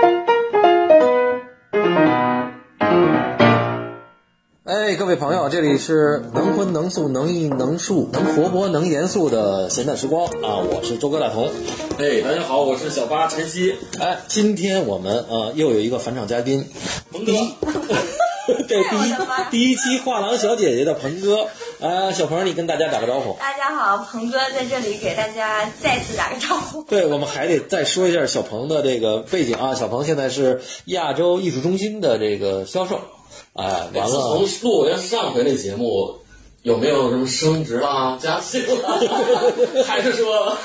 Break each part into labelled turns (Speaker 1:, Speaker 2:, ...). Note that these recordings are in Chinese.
Speaker 1: 嗨，哎各位朋友，这里是能荤能素能艺能术能活泼能严肃的闲淡时光啊！我是周哥大同。
Speaker 2: 哎，大家好，我是小八晨曦。
Speaker 1: 哎，今天我们啊又有一个返场嘉宾，
Speaker 2: 鹏哥
Speaker 1: 第一 对，第一
Speaker 3: 我的妈
Speaker 1: 第一期画廊小姐姐的鹏哥啊，小鹏，你跟大家打个招呼。
Speaker 3: 大家好，鹏哥在这里给大家再次打个招呼。
Speaker 1: 对，我们还得再说一下小鹏的这个背景啊。小鹏现在是亚洲艺术中心的这个销售，哎，完
Speaker 2: 自
Speaker 1: 了
Speaker 2: 从，录完上回那节目，有没有什么升职啦、加薪啦？还是说，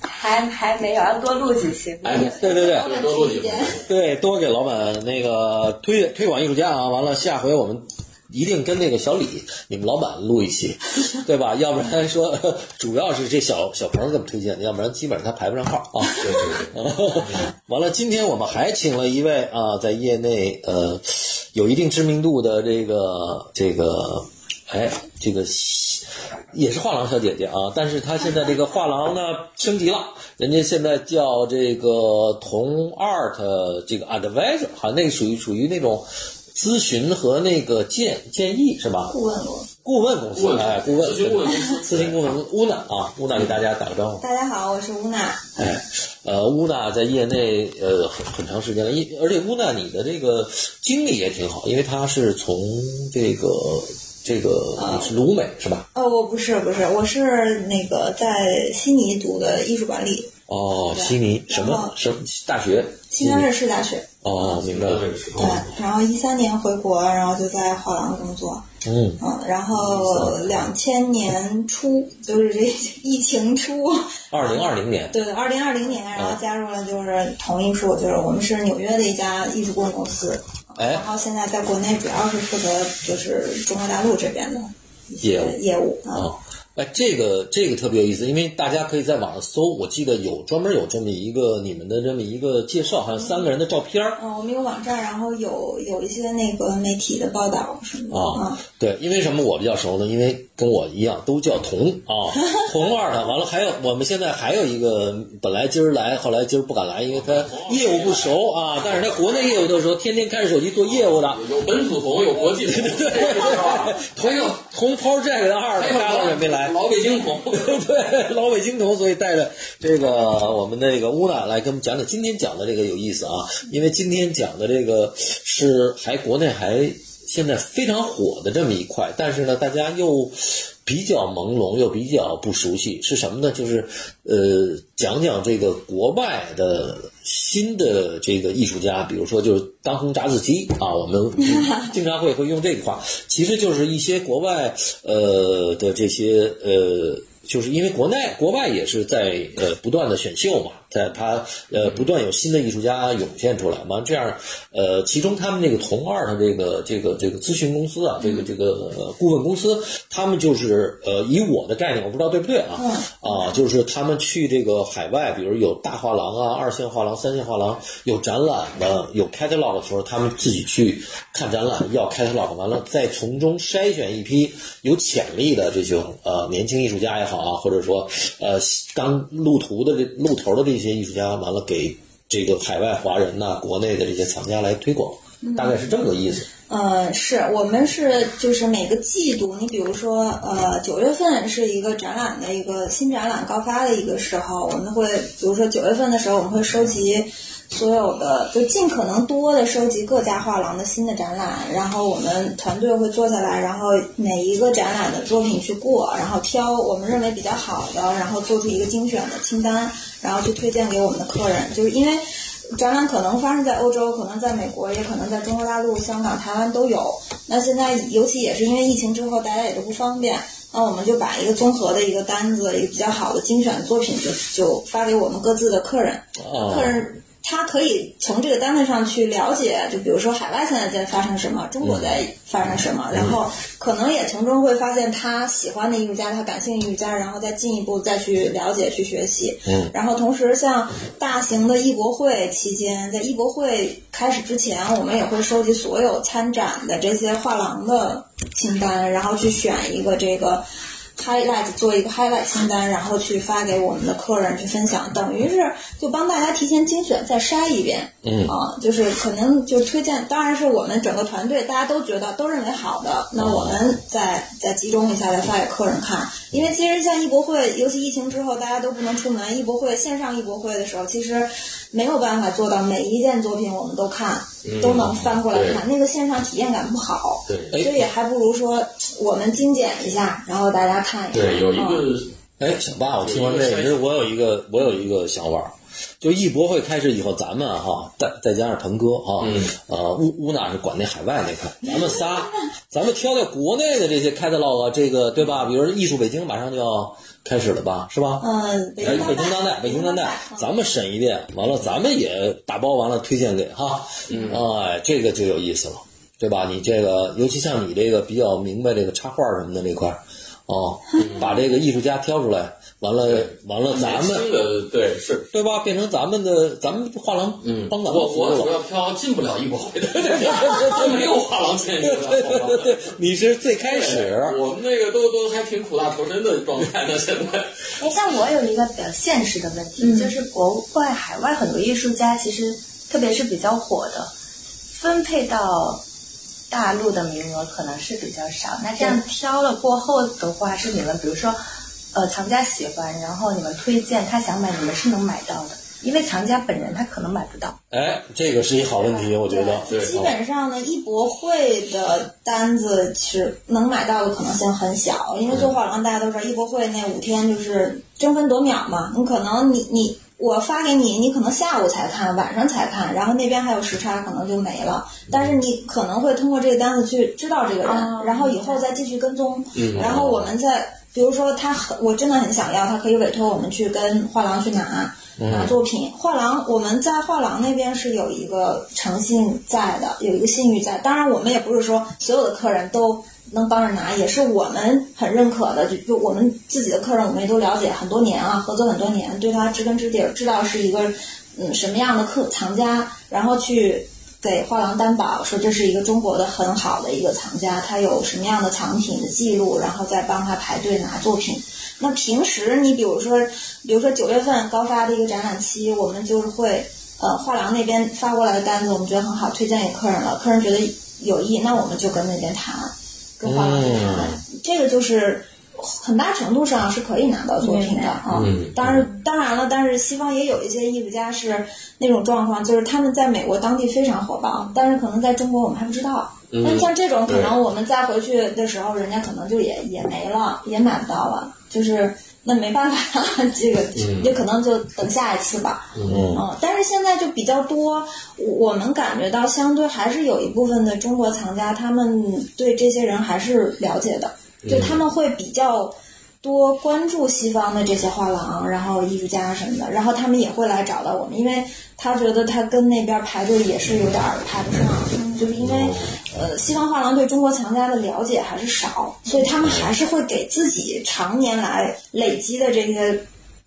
Speaker 3: 还还没有，要多录几期。
Speaker 2: 哎，
Speaker 1: 对对对，
Speaker 2: 多录几回。
Speaker 1: 对，多给老板那个推推广艺术家啊。完了，下回我们一定跟那个小李，你们老板录一期，对吧？要不然说，主要是这小小鹏给我们推荐的，要不然基本上他排不上号啊。
Speaker 2: 对对对，
Speaker 1: 完了，今天我们还请了一位啊，在业内呃有一定知名度的这个这个，哎，这个也是画廊小姐姐啊，但是她现在这个画廊呢升级了，人家现在叫这个同 art 这个 advisor，好像那个属于属于那种咨询和那个建建议是吧？
Speaker 3: 顾问我。
Speaker 1: 顾问公
Speaker 2: 顾
Speaker 1: 司，
Speaker 2: 问
Speaker 1: 哎，顾问
Speaker 2: 咨询顾问公司
Speaker 1: 咨询顾问乌娜啊，乌娜给大家打个招呼。
Speaker 3: 大家好，我是乌娜。
Speaker 1: 哎，呃，乌娜在业内呃很很长时间了，因而且乌娜你的这个经历也挺好，因为她是从这个这个你是鲁美是吧？
Speaker 4: 哦，我不是不是，我是那个在悉尼读的艺术管理，
Speaker 1: 哦，悉尼什么什么大学？
Speaker 4: 新疆瑞士大学。
Speaker 1: 哦，明白了
Speaker 2: 这。个时
Speaker 4: 对
Speaker 2: 候，，
Speaker 4: 然后一三年回国，然后就在画廊工作，
Speaker 1: 嗯，
Speaker 3: 哦
Speaker 4: 嗯，然后两千年初，就是这疫情 初，
Speaker 1: 二零二零年。
Speaker 4: 对，二零二零年，然
Speaker 3: 哦
Speaker 4: 后
Speaker 1: 嗯
Speaker 4: 加入了就是同艺术，就是我们是纽约的一家艺术顾问公司，
Speaker 1: 哎
Speaker 4: 然，后现在在国内主要是负责就是中国大陆这边的一
Speaker 1: 业务
Speaker 4: 些业务啊。嗯
Speaker 1: 啊，哎，这个这个特别有意思，因为大家可以在网上搜，我记得有专门有这么一个你们的这么一个介绍，好像三个人的照片儿。
Speaker 4: 嗯，我们有网站，然后有有一些那个媒体的报道什么的。
Speaker 1: 啊
Speaker 4: 嗯，
Speaker 1: 对，因为什么我比较熟呢？因为跟我一样都叫童 啊，童二的。完了，还有我们现在还有一个，本来今儿来，后来今儿不敢来，因为他业务不熟啊。但是他国内业务的时候，天天看着手机做业务的。
Speaker 2: 有本土同，有国 际同，是吧？
Speaker 1: 童
Speaker 2: 还有
Speaker 1: 童抛这个二的，大老远没来。
Speaker 2: 老北京同。
Speaker 1: 对，老北京头，所以带着这个我们那个乌娜来给我们讲讲今天讲的这个有意思啊，因为今天讲的这个是还国内还现在非常火的这么一块，但是呢，大家又比较朦胧，又比较不熟悉，是什么呢？就是呃，讲讲这个国外的新的这个艺术家，比如说就是当红炸子鸡啊，我们经常会会用这个话，其实就是一些国外呃的这些呃。就是因为国内国外也是在呃不断的选秀嘛，在它呃不断有新的艺术家涌现出来嘛，这样呃，其中他们这个同二的这个这个这个咨询公司啊，这个这个、呃顾问公司，他们就是呃以我的概念，我不知道对不对啊、啊，就是他们去这个海外，比如有大画廊啊、二线画廊、三线画廊有展览的、有 catalog 的时候，他们自己去看展览，要 catalog，完了再从中筛选一批有潜力的这种呃年轻艺术家也好啊，或者说呃刚路途的这路头的这些艺术家，完了给这个海外华人呐、国内的这些藏家来推广，大概是这么个意思。
Speaker 4: 呃，是我们是就是每个季度，你比如说呃九月份是一个展览的一个新展览高发的一个时候，我们会比如说九月份的时候，我们会收集所有的就尽可能多的收集各家画廊的新的展览，然后我们团队会坐下来，然后每一个展览的作品去过，然后挑我们认为比较好的，然后做出一个精选的清单，然后去推荐给我们的客人，就是因为。展览可能发生在欧洲，可能在美国，也可能在中国大陆、香港、台湾都有。那现在尤其也是因为疫情之后，大家也都不方便，那我们就把一个综合的一个单子，一个比较好的精选作品就就发给我们各自的客人，
Speaker 1: 哦
Speaker 4: 客人。他可以从这个单子上去了解，就比如说海外现在在发生什么，中国在发生什么，然后可能也从中会发现他喜欢的艺术家，他感兴趣的艺术家，然后再进一步再去了解、去学习。
Speaker 1: 嗯
Speaker 4: 然后同时，像大型的艺博会期间，在艺博会开始之前，我们也会收集所有参展的这些画廊的清单，然后去选一个这个。 highlight 做一个 highlight 清单，然后去发给我们的客人去分享，等于是就帮大家提前精选再筛一遍。
Speaker 1: 嗯
Speaker 4: 啊，就是可能就推荐，当然是我们整个团队大家都觉得都认为好的，那我们再再集中一下再发给客人看。因为其实像艺博会，尤其疫情之后大家都不能出门，艺博会线上艺博会的时候，其实没有办法做到每一件作品我们都看，都能翻过来看，那个线上体验感不好。
Speaker 2: 对
Speaker 1: 哎
Speaker 4: 所以还不如说我们精简一下，然后大家看一下。
Speaker 2: 对，有一
Speaker 3: 啊
Speaker 4: 嗯
Speaker 2: 个
Speaker 1: 哎，小爸，我听完这
Speaker 2: 有
Speaker 1: 个，
Speaker 2: 一个
Speaker 1: 其实我有一个我有一个想法儿，就艺博会开始以后，咱们哈、再再加上鹏哥哈、
Speaker 2: 嗯
Speaker 1: 呃，乌乌娜是管那海外那块，咱们仨，咱们挑挑国内的这些 catalog，啊这个对吧？比如说艺术北京马上就要开始了吧，是吧？
Speaker 4: 嗯，北
Speaker 1: 哎，
Speaker 4: 京
Speaker 1: 北京当代，北京当代，嗯
Speaker 3: 嗯
Speaker 1: 咱们审一遍，完了咱们也打包完了推荐给哈，
Speaker 2: 嗯
Speaker 1: 哎，这个就有意思了，对吧？你这个，尤其像你这个比较明白这个插画什么的这块儿，哦，
Speaker 2: 嗯
Speaker 1: 把这个艺术家挑出来，完了完了，咱
Speaker 2: 年
Speaker 1: 们
Speaker 2: 轻的对是。
Speaker 1: 对吧？变成咱们的咱们画廊
Speaker 2: 嗯，
Speaker 1: 帮咱
Speaker 2: 我
Speaker 1: 们服务
Speaker 2: 我主
Speaker 1: 了。
Speaker 2: 要飘进不了艺博会， 都没有画廊签约的。
Speaker 1: 对
Speaker 2: 好吧
Speaker 1: 对对，你是最开始，
Speaker 2: 我们那个都都还挺苦大仇深的状态呢，现在。
Speaker 3: 哎，像我有一个比较现实的问题，
Speaker 4: 嗯
Speaker 3: 就是国外、海外很多艺术家，其实特别是比较火的，分配到大陆的名额可能是比较少。那这样挑了过后的话，是你们比如说，呃，藏家喜欢，然后你们推荐他想买，你们是能买到的，因为藏家本人他可能买不到。
Speaker 1: 哎，这个是一好问题，我觉得。
Speaker 2: 对
Speaker 4: 基本上呢，艺博会的单子是能买到的可能性很小，因为做画廊大家都知道，艺博会那五天就是争分夺秒嘛，你可能你你。我发给你，你可能下午才看，晚上才看，然后那边还有时差，可能就没了。但是你可能会通过这个单子去知道这个人，
Speaker 3: 哦
Speaker 4: 然后以后再继续跟踪。
Speaker 2: 嗯
Speaker 4: 然后我们再，比如说他很，我真的很想要，他可以委托我们去跟画廊去拿。拿作品，画廊我们在画廊那边是有一个诚信在的，有一个信誉在。当然，我们也不是说所有的客人都能帮着拿，也是我们很认可的。就就我们自己的客人，我们也都了解很多年啊，合作很多年，对他知根知底儿，知道是一个嗯什么样的客藏家，然后去给画廊担保，说这是一个中国的很好的一个藏家，他有什么样的藏品的记录，然后再帮他排队拿作品。那平时你比如说，比如说九月份高发的一个展览期，我们就是会呃画廊那边发过来的单子，我们觉得很好，推荐给客人了，客人觉得有意，那我们就跟那边谈，跟画廊去谈，这个就是。很大程度上是可以拿到作品的啊，
Speaker 2: 嗯
Speaker 4: 当然当然了，但是西方也有一些艺术家是那种状况，就是他们在美国当地非常火爆，但是可能在中国我们还不知道。
Speaker 2: 嗯
Speaker 4: 但像这种，可
Speaker 2: 对
Speaker 4: 能我们再回去的时候，人家可能就也也没了，也买不到了，就是那没办法， 这个
Speaker 2: 嗯
Speaker 4: 也可能就等下一次吧。
Speaker 1: 嗯
Speaker 4: 嗯，但是现在就比较多，我我们感觉到相对还是有一部分的中国藏家，他们对这些人还是了解的，就他们会比较多关注西方的这些画廊，然后艺术家什么的，然后他们也会来找到我们，因为他觉得他跟那边排队也是有点儿排不上，就是因为呃西方画廊对中国藏家的了解还是少，所以他们还是会给自己常年来累积的这些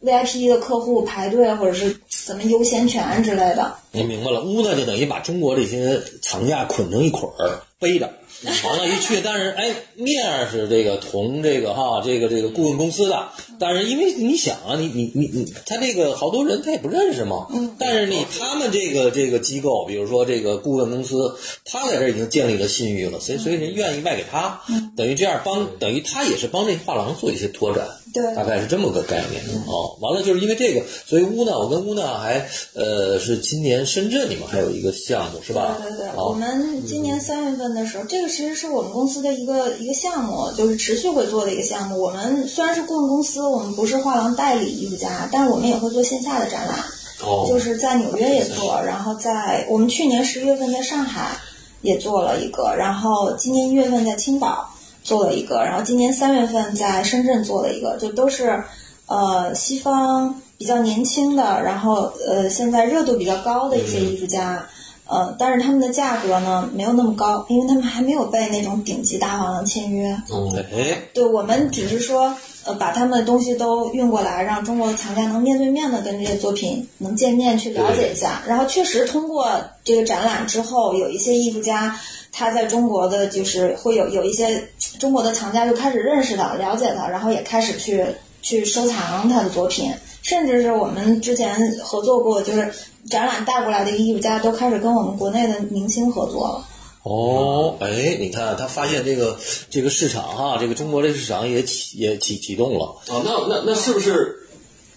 Speaker 4: VIP 的客户排队或者是怎么优先权之类的。
Speaker 1: 我明白了，乌呢就等于把中国这些厂家捆成一捆儿背着，完了，一去，但是哎，面儿是这个同这个哈这个这个顾问公司的，但是因为你想啊，你你你你，他这个好多人他也不认识嘛，但是呢，他们这个这个机构，比如说这个顾问公司，他在这儿已经建立了信誉了，所以所以人愿意卖给他，等于这样帮，等于他也是帮这画廊做一些拓展，
Speaker 4: 对
Speaker 1: 大概是这么个概念哦。完了，就是因为这个，所以乌娜，我跟乌娜还呃是今年深圳你们还有一个项目是吧？
Speaker 4: 对对对，我
Speaker 1: 哦，
Speaker 4: 们今年三月份的时候，这个其实是我们公司的一个一个项目，就是持续会做的一个项目。我们虽然是顾问公司，我们不是画廊代理艺术家，但是我们也会做线下的展览，就
Speaker 2: 哦，
Speaker 4: 是在纽约也做，然后在我们去年十一月份在上海也做了一个，然后今年一月份在青岛做了一个，然后今年三月份在深圳做了一个，就都是呃西
Speaker 1: 嗯
Speaker 4: 方比较年轻的，然后呃现在热度比较高的一些艺术家。呃，但是他们的价格呢没有那么高，因为他们还没有被那种顶级大行签约。
Speaker 2: 嗯，
Speaker 1: 哎，
Speaker 4: 对我们只是说，呃，把他们的东西都运过来，让中国藏家能面对面的跟这些作品能见面去了解一下。然后确实通过这个展览之后，有一些艺术家他在中国的就是会有有一些中国的藏家就开始认识到、了解到，然后也开始去去收藏他的作品，甚至是我们之前合作过，就是展览带过来的艺术家都开始跟我们国内的明星合作了。
Speaker 1: 哦，哎，你看他发现这个这个市场哈、这个中国这个市场也启也启启动了。
Speaker 2: 啊，那那那是不是，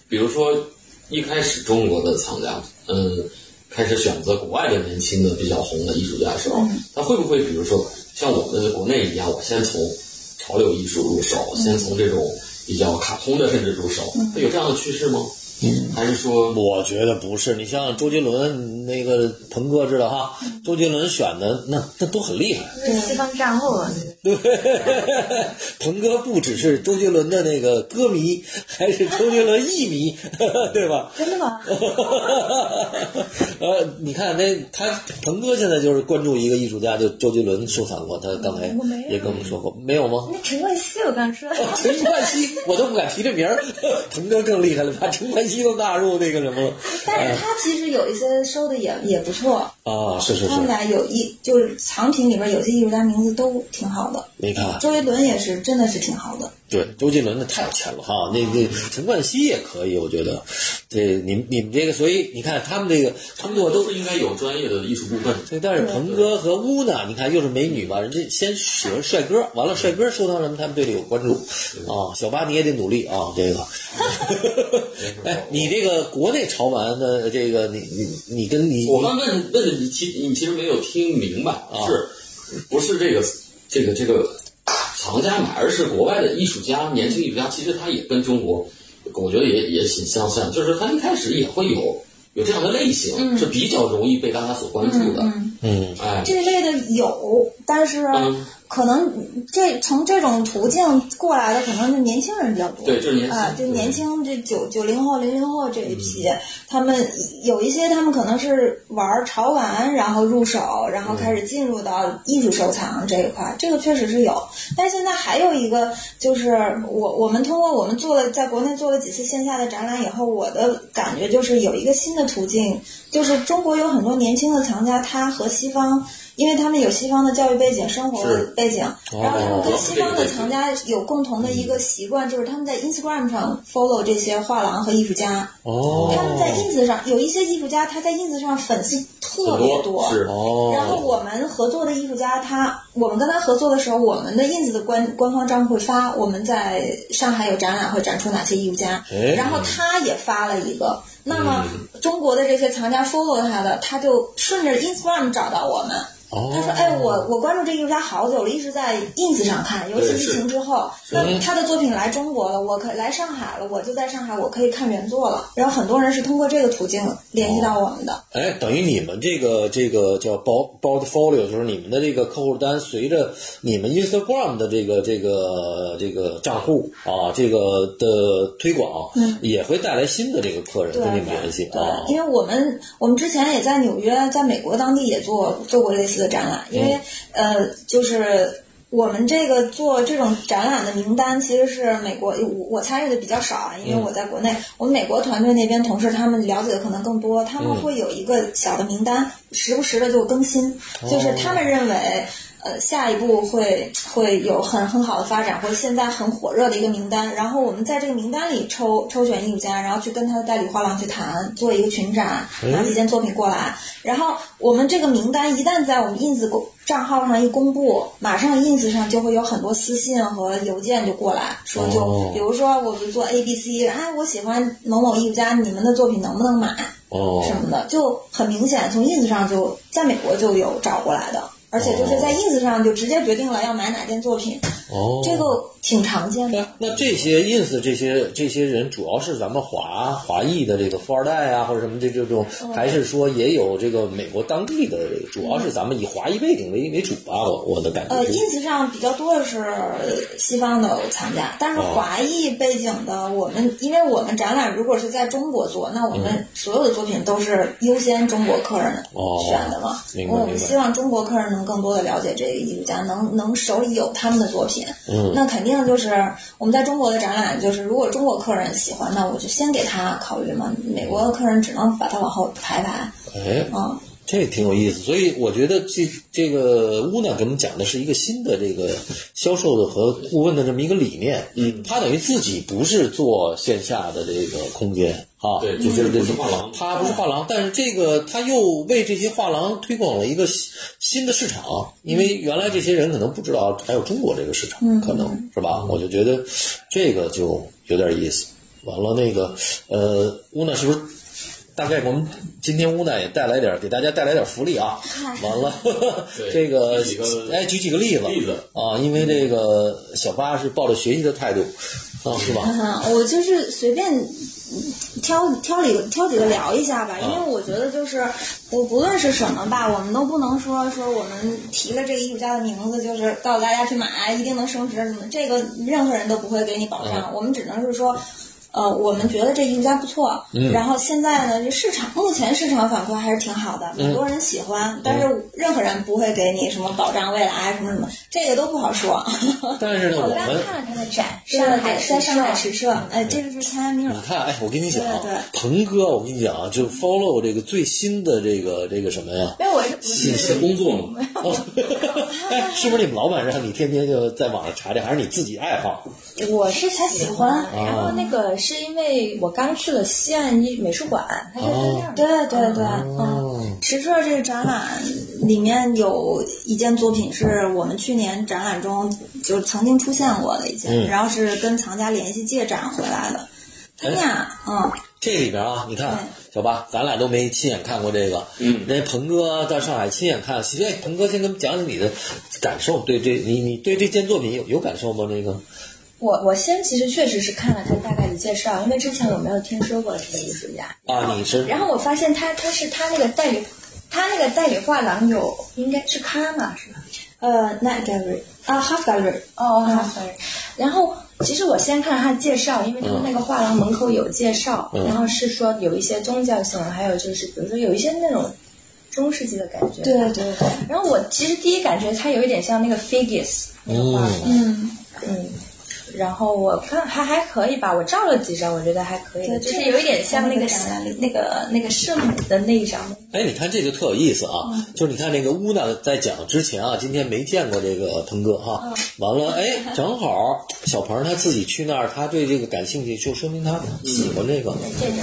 Speaker 2: 比如说一开始中国的藏家，嗯，开始选择国外的年轻的比较红的艺术家的时候，他会不会比如说像我们国内一样，我先从潮流艺术入手，先从这种比较卡通的甚至入手，会有这样的趋势吗？还是说
Speaker 1: 我觉得不是，你像周杰伦那个鹏哥知道哈，
Speaker 4: 嗯
Speaker 1: 周杰伦选的那那都很厉害。
Speaker 3: 就是西方战后啊，
Speaker 1: 对， 鹏哥不只是周杰伦的那个歌迷，还是周杰伦艺迷， 对吧？
Speaker 3: 真 的吗？
Speaker 1: 呃，你看那他鹏哥现在就是关注一个艺术家，就周杰伦收藏过，他刚才
Speaker 3: 我没有
Speaker 1: 也跟我们说过，没有吗？
Speaker 3: 那陈冠希我刚说，
Speaker 1: 陈冠 希，我都不敢提这名儿， 鹏哥更厉害了，把陈冠希都纳入那个什么了。
Speaker 4: 但是他其实有一些收的也也不错，
Speaker 1: 啊，是是
Speaker 4: 他们
Speaker 1: 是，
Speaker 4: 俩有一就是藏品里边有些艺术家名字都挺好的，
Speaker 1: 你看，啊
Speaker 4: 周杰伦也是真的是挺好的。
Speaker 1: 对，周杰伦那太有钱了哈，那那陈冠希也可以，我觉得，这你们你们这个，所以你看他们这个通过都
Speaker 2: 是应该有专业的艺术部分？
Speaker 1: 对，但是鹏哥和乌娜，你看又是美女吧，人家先喜欢帅哥，完了帅哥收藏什么，他们对这有关注啊。小八你也得努力啊，这个。
Speaker 2: 哦
Speaker 1: 哎，你这个国内潮玩的这个，你你你跟你
Speaker 2: 我刚问问的你其你其实没有听明白，是不是这个这个这个藏家买，而是国外的艺术家，年轻艺术家，其实他也跟中国，我觉得也也挺相像，就是他一开始也会有有这样的类型，是比较容易被大家所关注的，
Speaker 1: 嗯
Speaker 2: 哎，
Speaker 4: 这类的有，但是
Speaker 2: 嗯
Speaker 4: 可能这从这种途径过来的可能是年轻人比较多。
Speaker 2: 对，就是年轻，
Speaker 4: 啊，就年轻这九九零后、零零后这一批，他们有一些他们可能是玩潮玩，然后入手，然后开始进入到艺术收藏这一块，这个确实是有。但是现在还有一个，就是我我们通过我们做了在国内做了几次线下的展览以后，我的感觉就是有一个新的途径，就是中国有很多年轻的藏家，他和西方。因为他们有西方的教育背景、生活
Speaker 2: 是
Speaker 4: 背景，然后他们跟西方的藏
Speaker 2: 哦
Speaker 4: 家有共同的一个习惯，就是他们在 Instagram 上 follow 这些画廊和艺术家。
Speaker 1: 哦，
Speaker 4: 他们在 ins 上有一些艺术家，他在 ins 上粉丝特
Speaker 2: 很
Speaker 4: 别
Speaker 2: 多是
Speaker 1: 哦，
Speaker 4: 然后我们合作的艺术家，他我们跟他合作的时候，我们的 ins 的官官方账户会发我们在上海有展览会展出哪些艺术家
Speaker 1: 哎，
Speaker 4: 然后他也发了一个。那么中国的这些藏家 follow 他的，他就顺着 Instagram 找到我们。
Speaker 1: 哦
Speaker 4: 他说：“哎，我我关注这艺术家好久了，一直在 ins 上看，尤其
Speaker 2: 对
Speaker 4: 疫
Speaker 2: 是
Speaker 4: 情之后，那他的作品来中国了，我可来上海了，我就在上海，我可以看原作了。然后很多人是通过这个途径联系到
Speaker 2: 哦
Speaker 4: 我们的。
Speaker 1: 哎，等于你们这个这个叫包 portfolio 就是你们的这个客户单，随着你们 Instagram 的这个这个这个账户啊，这个的推广，
Speaker 4: 嗯
Speaker 1: 也会带来新的这个客人
Speaker 4: 对
Speaker 1: 跟你们联系
Speaker 4: 对
Speaker 1: 啊，。
Speaker 4: 因为我们我们之前也在纽约，在美国当地也做做过类似的展览，因为、呃，就是我们这个做这种展览的名单其实是美国我我参与的比较少啊，因为我在国内，我们美国团队那边同事他们了解的可能更多，他们会有一个小的名单，时不时的就更新，就是他们认为。呃，下一步会会有很很好的发展，或者现在很火热的一个名单。然后我们在这个名单里抽抽选艺术家，然后去跟他的代理画廊去谈，做一个群展，拿几件作品过来。然后我们这个名单一旦在我们 ins 公账号上一公布，马上 ins 上就会有很多私信和邮件就过来说就，
Speaker 1: 哦
Speaker 4: 比如说我们做 A B C，哎，我喜欢某某艺术家，你们的作品能不能买
Speaker 1: 哦
Speaker 4: 什么的，就很明显从 ins 上就在美国就有找过来的。而且就是在 ins 上就直接决定了要买哪件作品，
Speaker 1: 哦，哎
Speaker 4: 这个挺常见的。
Speaker 1: 那那这些 ins 这些这些人主要是咱们华华裔的这个富二代啊，或者什么这这种，
Speaker 4: 嗯
Speaker 1: 还是说也有这个美国当地的，主要是咱们以华裔背景为为主吧？我我的感觉
Speaker 4: 呃
Speaker 1: 是，
Speaker 4: ，ins 上比较多的是西方的藏家，但是
Speaker 1: 哦
Speaker 4: 华裔背景的，我们因为我们展览如果是在中国做，那我们所有的作品都是优先中国客人
Speaker 1: 嗯哦
Speaker 4: 选的嘛，
Speaker 1: 明
Speaker 4: 因
Speaker 1: 白
Speaker 4: 为我
Speaker 1: 明
Speaker 4: 们
Speaker 1: 白
Speaker 4: 希望中国客人能更多的了解这个艺术家，能能手里有他们的作品，
Speaker 1: 嗯
Speaker 4: 那肯定就是我们在中国的展览，就是如果中国客人喜欢，那我就先给他考虑嘛，美国的客人只能把它往后排排，
Speaker 1: 哎，
Speaker 4: 嗯。
Speaker 1: 这挺有意思，所以我觉得这这个乌娜给我们讲的是一个新的这个销售的和顾问的这么一个理念。
Speaker 2: 嗯
Speaker 1: 他等于自己不是做线下的这个空间啊，
Speaker 2: 对
Speaker 1: 就
Speaker 2: 嗯
Speaker 1: 这
Speaker 2: 不是画廊嗯
Speaker 1: 他不是画廊，但是这个他又为这些画廊推广了一个新新的市场，因为
Speaker 2: 嗯
Speaker 1: 原来这些人可能不知道还有中国这个市场，
Speaker 4: 嗯
Speaker 1: 可能是吧？我就觉得这个就有点意思。完了，那个呃，乌娜是不是大概我们今天乌娜也带来点儿给大家带来点儿福利啊？完了，
Speaker 2: 对
Speaker 1: 这个
Speaker 2: 举几个
Speaker 1: 哎，举几个例子
Speaker 2: 例子
Speaker 1: 啊，因为这个小八是抱着学习的态度啊，是 吧？
Speaker 4: 啊，我就是随便挑挑几个挑几个聊一下吧，因为我觉得就是我不论是什么吧，我们都不能说说我们提了这个艺术家的名字，就是告诉大家去买啊一定能升值什么，这个任何人都不会给你保障，我们只能是说。呃，我们觉得这艺术家不错，然后现在呢，这市场目前市场反馈还是挺好的，很多人喜欢，但是任何人不会给你什么保障未来啊什么什么，这个都不好说。
Speaker 1: 但是呢，我
Speaker 3: 我刚
Speaker 1: 们
Speaker 3: 看了他的展，
Speaker 4: 上
Speaker 3: 上海
Speaker 4: 海啊在上海
Speaker 3: 时
Speaker 4: 池社，哎，这就是参加米尔
Speaker 1: 你看，哎，我跟你讲啊
Speaker 4: 对对，
Speaker 1: 鹏哥，我跟你讲啊，就 follow 这个最新的这个这个什么呀？
Speaker 4: 没有，我是不
Speaker 2: 你是工作嘛，
Speaker 1: 哎，是不是你们老板让你天天就在网上查这，还是你自己爱好？
Speaker 4: 是，我是才喜欢。
Speaker 3: 然
Speaker 2: 啊
Speaker 3: 后那个是因为我刚去了西岸艺美术馆，他就在
Speaker 2: 哦
Speaker 3: 那儿。
Speaker 4: 对对对，
Speaker 1: 哦
Speaker 4: 嗯，池社这个展览里面有一件作品是我们去年展览中就曾经出现过的一件，
Speaker 1: 嗯
Speaker 4: 然后是跟藏家联系借展回来的。他
Speaker 1: 哎
Speaker 4: 俩，嗯，
Speaker 1: 这里边啊，你看
Speaker 3: 嗯
Speaker 4: 对，
Speaker 1: 小八，咱俩都没亲眼看过这个，
Speaker 2: 嗯
Speaker 1: 人家鹏哥到上海亲眼看，其实哎，鹏哥先给我们讲讲你的感受，对这，你你对这件作品有有感受吗？那个，
Speaker 3: 我我先其实确实是看了他大概的介绍，因为之前我没有听说过这个艺术家。
Speaker 1: 啊，你是
Speaker 3: 然后我发现他他是他那个代理，他那个代理画廊有应该是卡玛是吧？
Speaker 4: 呃，Night Gallery 啊，Half Gallery，啊
Speaker 3: 哦，好，sorry。然后其实我先看了他的介绍，因为他们
Speaker 2: 嗯
Speaker 3: 那个画廊门口有介绍，
Speaker 1: 嗯
Speaker 3: 然后是说有一些宗教性的，还有就是比如说有一些那种中世纪的感觉。
Speaker 4: 对。对对对，
Speaker 3: 然后我其实第一感觉它有一点像那个 Figis 那个画廊，
Speaker 2: 哦
Speaker 4: 嗯，
Speaker 3: 嗯，然后我看还还可以吧，我照了几张，我觉得还可以
Speaker 4: 对
Speaker 3: 的，就是
Speaker 4: 这个
Speaker 3: 有一点像那个
Speaker 4: 是哪里
Speaker 3: 那个那个圣母的那一张，
Speaker 1: 哎，你看这就特有意思啊！
Speaker 3: 嗯
Speaker 1: 就是你看那个乌娜在讲之前啊，今天没见过这个鹏哥哈、
Speaker 3: 嗯
Speaker 1: 完了，哎，正好小鹏他自己去那儿，他对这个感兴趣，就说明他喜欢这个。
Speaker 3: 嗯这张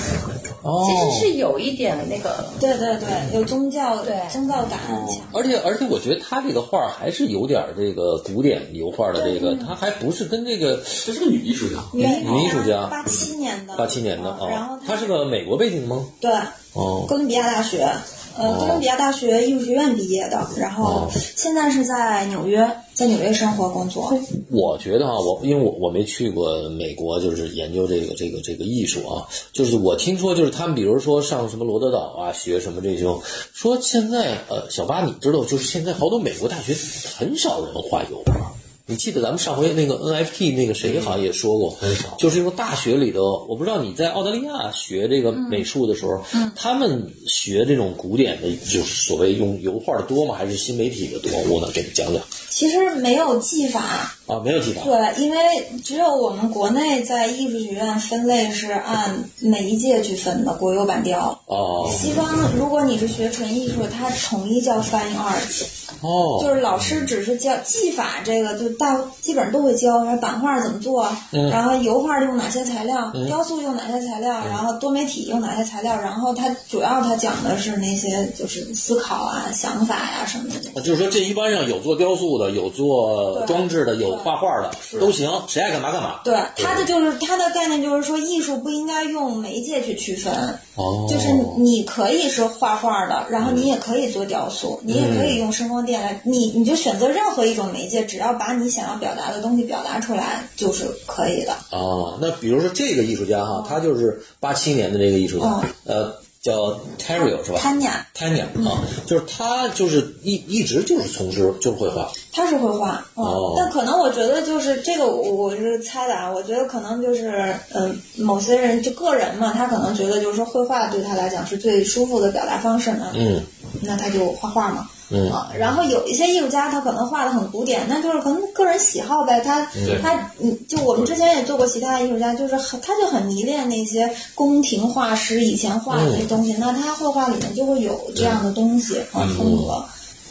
Speaker 1: 哦，
Speaker 3: 其实是有一点那个，
Speaker 4: 对对对，有宗教，
Speaker 3: 对
Speaker 4: 宗教感很强。
Speaker 1: 而且而且，我觉得他这个画儿还是有点儿这个古典油画的这个，他还不是跟这个
Speaker 2: 这是个女艺术家，
Speaker 4: 女
Speaker 1: 女艺术家
Speaker 4: 八七年的，
Speaker 1: 八七年的啊、
Speaker 4: 嗯然后
Speaker 1: 他是个美国背景吗？
Speaker 4: 对
Speaker 1: 哦，
Speaker 4: 哥伦比亚大学，呃，哥伦比亚大学艺术学院毕业的，然后
Speaker 1: 哦
Speaker 4: 现在是在纽约，在纽约生活工作。
Speaker 1: 我觉得啊，我因为我我没去过美国，就是研究这个这个这个艺术啊，就是我听说就是他们，比如说上什么罗德岛啊，学什么这种，说现在呃，小八你知道，就是现在好多美国大学很少人画油画。你记得咱们上回那个 NFT 那个谁好像也说过，
Speaker 2: 很少
Speaker 1: 就是用大学里头，我不知道你在澳大利亚学这个美术的时候，
Speaker 2: 嗯
Speaker 1: 他们学这种古典的，就是所谓用油画的多吗？还是新媒体的多？我呢，给你讲讲
Speaker 4: 其实没有技法，
Speaker 1: 啊，没有提法。
Speaker 4: 对，因为只有我们国内在艺术学院分类是按每一届去分的，国有版雕。
Speaker 1: 哦
Speaker 4: 西方，如果你是学纯艺术，它统一叫 fine art，
Speaker 1: 哦，
Speaker 4: 就是老师只是教技法这个，就大基本上都会教，然后版画怎么做，
Speaker 1: 嗯
Speaker 4: 然后油画用哪些材料，雕塑用哪些材料，然后多媒体用哪些材料，然后它主要它讲的是那些就是思考啊、想法呀、什么的。
Speaker 1: 啊就是说这一般上有做雕塑的，有做
Speaker 4: 对
Speaker 1: 装置的，有
Speaker 4: 对
Speaker 1: 画画的，都行，谁爱干嘛干嘛。
Speaker 4: 对，它的就是它的概念就是说，艺术不应该用媒介去区分，
Speaker 1: 哦，嗯
Speaker 4: 就是你可以是画画的，然后你也可以做雕塑，你也可以用声光电来，你你就选择任何一种媒介，只要把你想要表达的东西表达出来就是可以的。
Speaker 1: 哦，那比如说这个艺术家哈，他就是八七年的这个艺术家，
Speaker 4: 哦
Speaker 1: 呃，叫 Terrio 是吧？
Speaker 4: 潘雅，
Speaker 1: Tanya
Speaker 4: 嗯
Speaker 1: 啊，就是他就是一一直就是从事就是绘画，
Speaker 4: 他是会画，嗯
Speaker 1: 哦
Speaker 4: 但可能我觉得就是这个我，我是猜的啊。我觉得可能就是，嗯、某些人就个人嘛，他可能觉得就是说绘画对他来讲是最舒服的表达方式呢，
Speaker 1: 嗯
Speaker 4: 那他就画画嘛，
Speaker 1: 嗯
Speaker 4: 啊。然后有一些艺术家，他可能画的很古典，那就是可能个人喜好呗。他、
Speaker 2: 对
Speaker 4: 他，嗯，就我们之前也做过其他的艺术家，就是很他就很迷恋那些宫廷画师以前画的那些东西，那
Speaker 1: 嗯
Speaker 4: 他绘画里面就会有这样的东西和风格。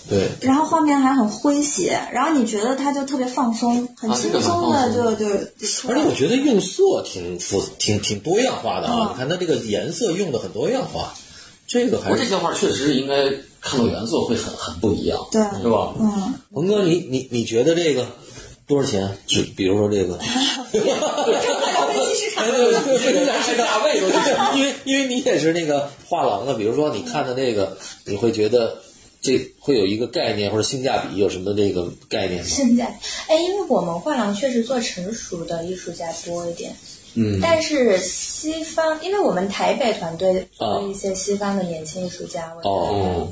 Speaker 1: 对，
Speaker 4: 然后画面还很诙谐，然后你觉得他就特别放松，很
Speaker 2: 啊
Speaker 4: 轻
Speaker 2: 这个蛮
Speaker 4: 松
Speaker 2: 放
Speaker 4: 的
Speaker 2: 松
Speaker 4: 就、
Speaker 2: 的
Speaker 4: 就就出
Speaker 1: 而
Speaker 4: 来
Speaker 1: 且
Speaker 4: 了
Speaker 1: 我。觉得用色挺复挺挺多样化的啊，
Speaker 4: 嗯
Speaker 1: 你看他这个颜色用的很多样化，这个还
Speaker 2: 我这
Speaker 1: 是
Speaker 2: 些画确实应该看到原作会很很不一样，
Speaker 4: 对
Speaker 2: 是吧？
Speaker 4: 嗯，
Speaker 1: 鹏哥，你你你觉得这个多少钱？只比如说这个，
Speaker 4: 市场
Speaker 1: 哎对对对，对是大卫，因为因为你也是那个画廊的，比如说你看的那个，你会觉得这会有一个概念或者性价比有什么这个概念吗？
Speaker 3: 现在，哎，因为我们画廊确实做成熟的艺术家多一点，
Speaker 2: 嗯，
Speaker 3: 但是西方，因为我们台北团队
Speaker 1: 啊
Speaker 3: 做一些西方的年轻艺术家，我觉得
Speaker 1: 哦，
Speaker 2: 哦，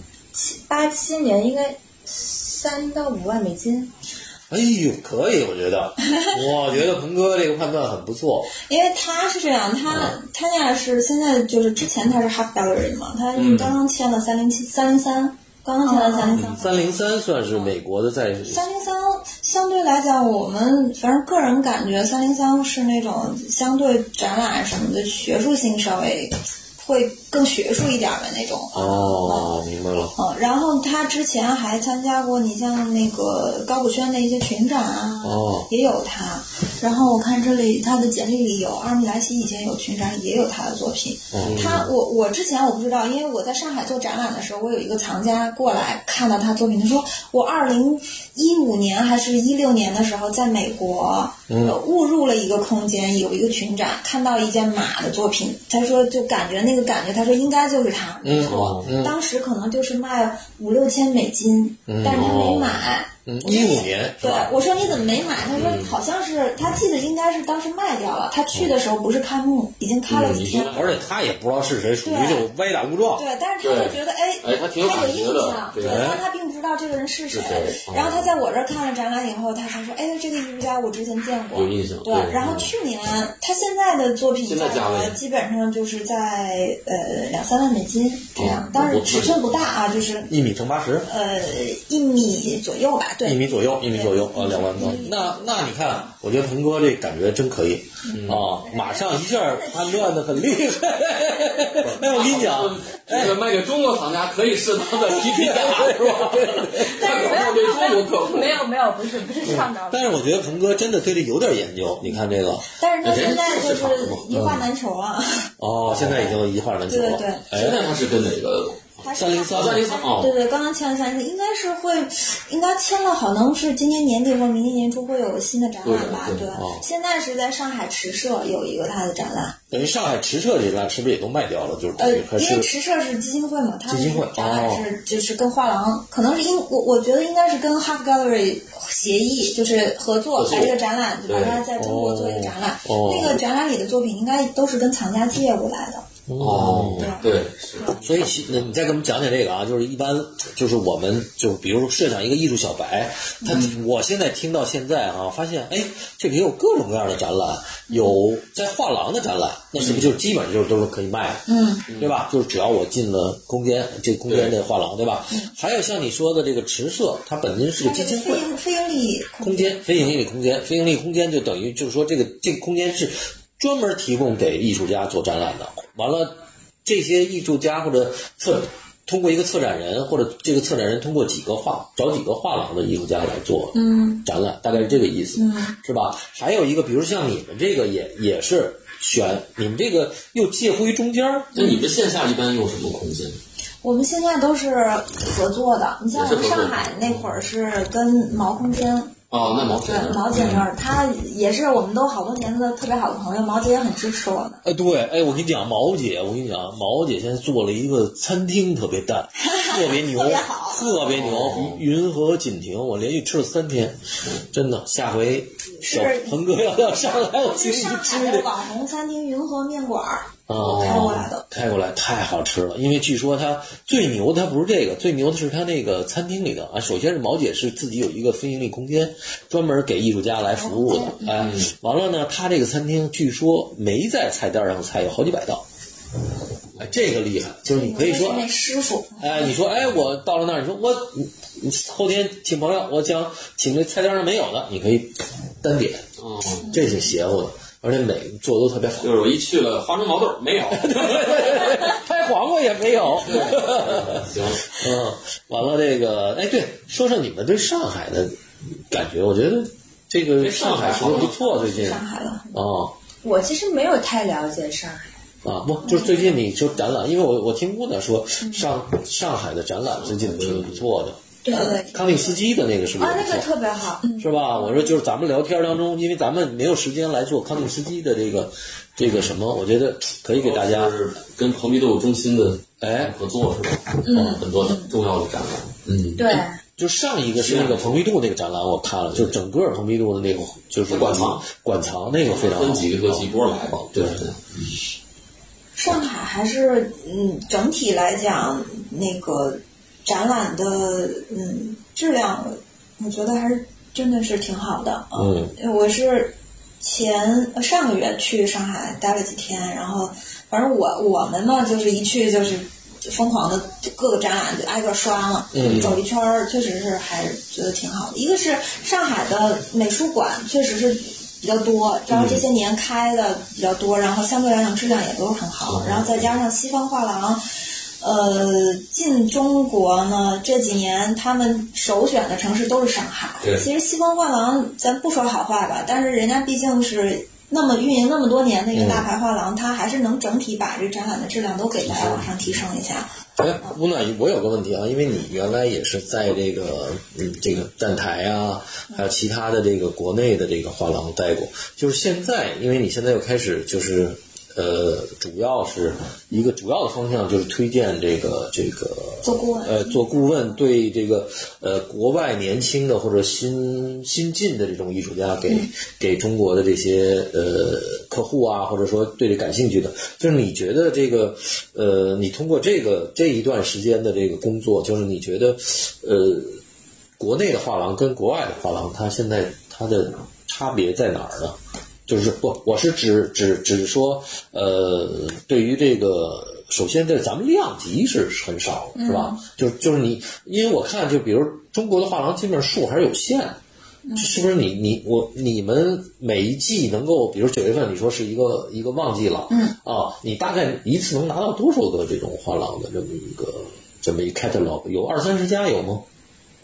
Speaker 3: 八七年应该三到五万美金，
Speaker 1: 哎呦，可以，我觉得，我觉得鹏哥这个判断很不错。
Speaker 4: 因为他是这样，他他那是现在就是之前他是 Half Gallery 嘛，他是刚刚签了三零七三零三，刚刚签了三零三。
Speaker 1: 三零三算是美国的在
Speaker 4: 三零三相对来讲，我们反正个人感觉三零三是那种相对展览什么的学术性稍微会更学术一点的那种。
Speaker 1: 哦，明白了。
Speaker 4: 嗯，然后他之前还参加过你像那个高古轩的一些群展啊，
Speaker 1: 哦
Speaker 4: 也有他。然后我看这里他的简历里有阿米莱西以前有群展，也有他的作品。
Speaker 1: 嗯
Speaker 4: 他我我之前我不知道，因为我在上海做展览的时候，我有一个藏家过来看到他作品，他说我二零一五年还是一六年的时候在美国，
Speaker 1: 嗯
Speaker 4: 呃误入了一个空间，有一个群展，看到一件马的作品，他说就感觉那个感觉，他说应该就是他，没
Speaker 1: 嗯
Speaker 4: 错，
Speaker 1: 嗯
Speaker 4: 当时可能就是卖五六千美金，但是他没买。
Speaker 1: 嗯，一五年是
Speaker 4: 对
Speaker 1: 吧，？
Speaker 4: 我说你怎么没买？他说
Speaker 2: 嗯
Speaker 4: 好像是他记得应该是当时卖掉了。他去的时候不是开幕，
Speaker 2: 嗯
Speaker 4: 已经开了几天了。
Speaker 1: 而且他也不知道是谁，属于
Speaker 4: 对
Speaker 1: 就歪打误撞。
Speaker 4: 对，但是他就觉得哎，
Speaker 2: 哎他挺有感觉
Speaker 4: 印
Speaker 2: 的
Speaker 4: 象，
Speaker 2: 对
Speaker 4: 但是他并不知道这个人是谁
Speaker 2: 是谁。哦
Speaker 4: 然后他在我这儿看了展览以后，他才说，哎，这个艺术家我之前见过，
Speaker 2: 有印象
Speaker 4: 对
Speaker 2: 对，
Speaker 4: 然后去年他现在的作品
Speaker 2: 现在价位
Speaker 4: 基本上就是在呃两三万美金这样
Speaker 2: 嗯，
Speaker 4: 当然
Speaker 2: 我
Speaker 4: 尺寸不大啊，就是
Speaker 1: 一米乘八十，
Speaker 4: 呃一米左右吧，对，
Speaker 1: 一米左右，一米左右啊，两万多。那那你看，我觉得鹏哥这感觉真可以
Speaker 4: 嗯
Speaker 1: 啊，马上一下判断的很厉 害。哎，我跟你讲，
Speaker 2: 这个卖给中国藏家可以适当的提提价， 是吧？他可不对中国客户，
Speaker 3: 没有没有，不是不是上高
Speaker 1: 但是我觉得鹏哥真的对这有点研究。你看这个，
Speaker 4: 但是他
Speaker 2: 人家
Speaker 4: 现在就
Speaker 2: 市场
Speaker 4: 是
Speaker 2: 嘛嗯
Speaker 4: 一画难求啊，
Speaker 1: 哦，现在已经一画难求了。
Speaker 4: 对
Speaker 2: 现
Speaker 1: 哎，
Speaker 2: 在他是跟哪个？
Speaker 4: 他是
Speaker 1: 303
Speaker 2: 三零三哦
Speaker 4: 对对，刚刚签了三十，应该是会，应该签了，好能是今年年底或明年年初会有新的展览吧？
Speaker 2: 对
Speaker 4: 对
Speaker 2: 对
Speaker 1: 哦，
Speaker 4: 现在是在上海池社有一个他的展览，
Speaker 1: 等于上海池社这段是不是也都卖掉了？就是
Speaker 4: 呃，
Speaker 1: 还
Speaker 4: 因为
Speaker 1: 是
Speaker 4: 池社是基金会嘛，他
Speaker 1: 基金会
Speaker 4: 展览
Speaker 1: 哦
Speaker 4: 是就是跟画廊，可能是因我我觉得应该是跟 Half Gallery 协议，就是合作
Speaker 2: 合作
Speaker 4: 把这个展览，把
Speaker 2: 对
Speaker 4: 它在中国做一个展览，
Speaker 1: 哦
Speaker 4: 那个展览里的作品应该都是跟藏家借过来的。
Speaker 2: 哦，对，是
Speaker 1: 所以其，那你再给我们讲讲这个啊，就是一般就是我们就是比如说设想一个艺术小白，他、
Speaker 4: 嗯
Speaker 1: 我现在听到现在啊，发现哎，这里有各种各样的展览，有在画廊的展览，那是不是就基本上就是都是可以卖的？
Speaker 4: 嗯，
Speaker 1: 对吧？就是只要我进了空间，这空间的画廊，对吧？还有像你说的这个池社，它本身是个
Speaker 4: 嗯
Speaker 1: 基
Speaker 4: 它是
Speaker 1: 金
Speaker 4: 非
Speaker 1: 会，
Speaker 4: 盈非盈利
Speaker 1: 空间，非盈利空间，非盈利空间就等于就是说这个这个空间是专门提供给艺术家做展览的。完了，这些艺术家或者策通过一个策展人，或者这个策展人通过几个画找几个画廊的艺术家来做
Speaker 4: 嗯
Speaker 1: 展览，大概是这个意思，
Speaker 4: 嗯
Speaker 1: 是吧？还有一个，比如像你们这个也也是选你们这个又介乎于中间儿，
Speaker 2: 那你们线下一般用什么空间？
Speaker 4: 我们现在都是合作的。你像我们上海那会儿是跟毛空间
Speaker 2: 哦，那毛姐嗯
Speaker 4: 对，
Speaker 1: 嗯
Speaker 4: 毛姐那儿，她也是我们都好多年的特别好的朋友，毛姐也很支持我们。
Speaker 1: 哎，对，哎，我跟你讲，毛姐，我跟你讲，毛姐现在做了一个餐厅，特别 淡，特别牛，
Speaker 4: 特别好
Speaker 1: 特别牛。云和锦亭，我连续吃了三天，真的。下回小
Speaker 4: 是
Speaker 1: 鹏哥要要上来，我请
Speaker 4: 是
Speaker 1: 你去
Speaker 4: 上
Speaker 1: 吃
Speaker 4: 海
Speaker 1: 去
Speaker 4: 的。网红餐厅云和面馆儿，
Speaker 1: 哦，
Speaker 4: 开过来的，
Speaker 1: 开过来太好吃了。因为据说它最牛的，它不是这个，最牛的是它那个餐厅里的啊。首先是毛姐是自己有一个非盈利空间，专门给艺术家来服务
Speaker 4: 哦
Speaker 1: 的。哎，
Speaker 4: 嗯
Speaker 1: 完了呢，它这个餐厅据说没在菜单上的菜有好几百道，哎，这个厉害，就是你可以说
Speaker 4: 是。那师傅，
Speaker 1: 哎，你说，哎，我到了那儿，你说我你你后天请朋友，我想请这菜单上没有的，你可以单点，
Speaker 2: 哦，
Speaker 1: 这挺邪乎的，而且每做的都特别好。
Speaker 2: 就是我一去了花生毛豆没有，
Speaker 1: 拍黄瓜也没有。
Speaker 2: 呃行，
Speaker 1: 嗯，完了这个，哎，对，说说你们对上海的感觉，我觉得这个
Speaker 2: 对
Speaker 1: 上
Speaker 2: 上
Speaker 1: 海
Speaker 2: 海
Speaker 1: 是不是不错？最近
Speaker 4: 上
Speaker 1: 啊
Speaker 4: 海的，
Speaker 1: 啊
Speaker 3: 我其实没有太了解上海，
Speaker 1: 不，就是最近你说展览，因为我我听姑娘说上上海的展览最近挺不错的，
Speaker 3: 对对
Speaker 1: 康定斯基的那个是不是
Speaker 3: 啊，
Speaker 1: 也
Speaker 3: 那
Speaker 1: 不
Speaker 3: 个
Speaker 1: 错？
Speaker 3: 特别好，
Speaker 1: 是吧？我说就是咱们聊天当中，因为咱们没有时间来做康定斯基的这个这个什么，我觉得可以给大家
Speaker 2: 就是跟蓬皮杜中心的
Speaker 1: 哎
Speaker 2: 合作是吧？嗯，很多的重要的展览，嗯，
Speaker 3: 对，
Speaker 1: 就上一个是那个蓬皮杜那个展览，我看了，就整个蓬皮杜的那个就是
Speaker 2: 馆藏
Speaker 1: 馆藏那个非常好
Speaker 2: 分几个几波来吧，
Speaker 1: 对
Speaker 4: 上海还是嗯，整体来讲那个展览的嗯质量，我觉得还是真的是挺好的。
Speaker 1: 嗯，
Speaker 4: 我是前呃上个月去上海待了几天，然后反正我我们嘛，就是一去就是疯狂的各个展览就挨个刷嘛，
Speaker 1: 嗯
Speaker 4: 走一圈儿，确实是还是觉得挺好的。一个是上海的美术馆确实是比较多，然后这些年开的比较多，然后相对来讲质量也都很好，然后再加上西方画廊。呃，进中国呢，这几年他们首选的城市都是上海。
Speaker 2: 对
Speaker 4: 其实西方画廊，咱不说好坏吧，但是人家毕竟是那么运营那么多年的一个大牌画廊，它还是能整体把这展览的质量都给大家往上提升一下。
Speaker 1: 哎，吴暖，我有个问题啊，因为你原来也是在这个嗯这个站台啊，还有其他的这个国内的这个画廊待过，就是现在，因为你现在又开始就是呃，主要是一个主要的方向就是推荐这个这个
Speaker 4: 做顾问
Speaker 1: 呃，做顾问对这个呃国外年轻的或者新新进的这种艺术家给、给中国的这些呃客户啊，或者说对这感兴趣的，就是你觉得这个呃，你通过这个这一段时间的这个工作，就是你觉得呃，国内的画廊跟国外的画廊，它现在它的差别在哪儿呢？就是不，我是指指指说，呃，对于这个，首先对咱们量级是很少，是
Speaker 4: 嗯
Speaker 1: 吧？就就是你，因为我看，就比如中国的画廊，基本上数还是有限的。
Speaker 4: 嗯
Speaker 1: 是不是你你我你们每一季能够，比如九月份你说是一个一个旺季了，嗯啊，你大概一次能拿到多少个这种画廊的这么一个这么一 catalog？有二三十家有吗？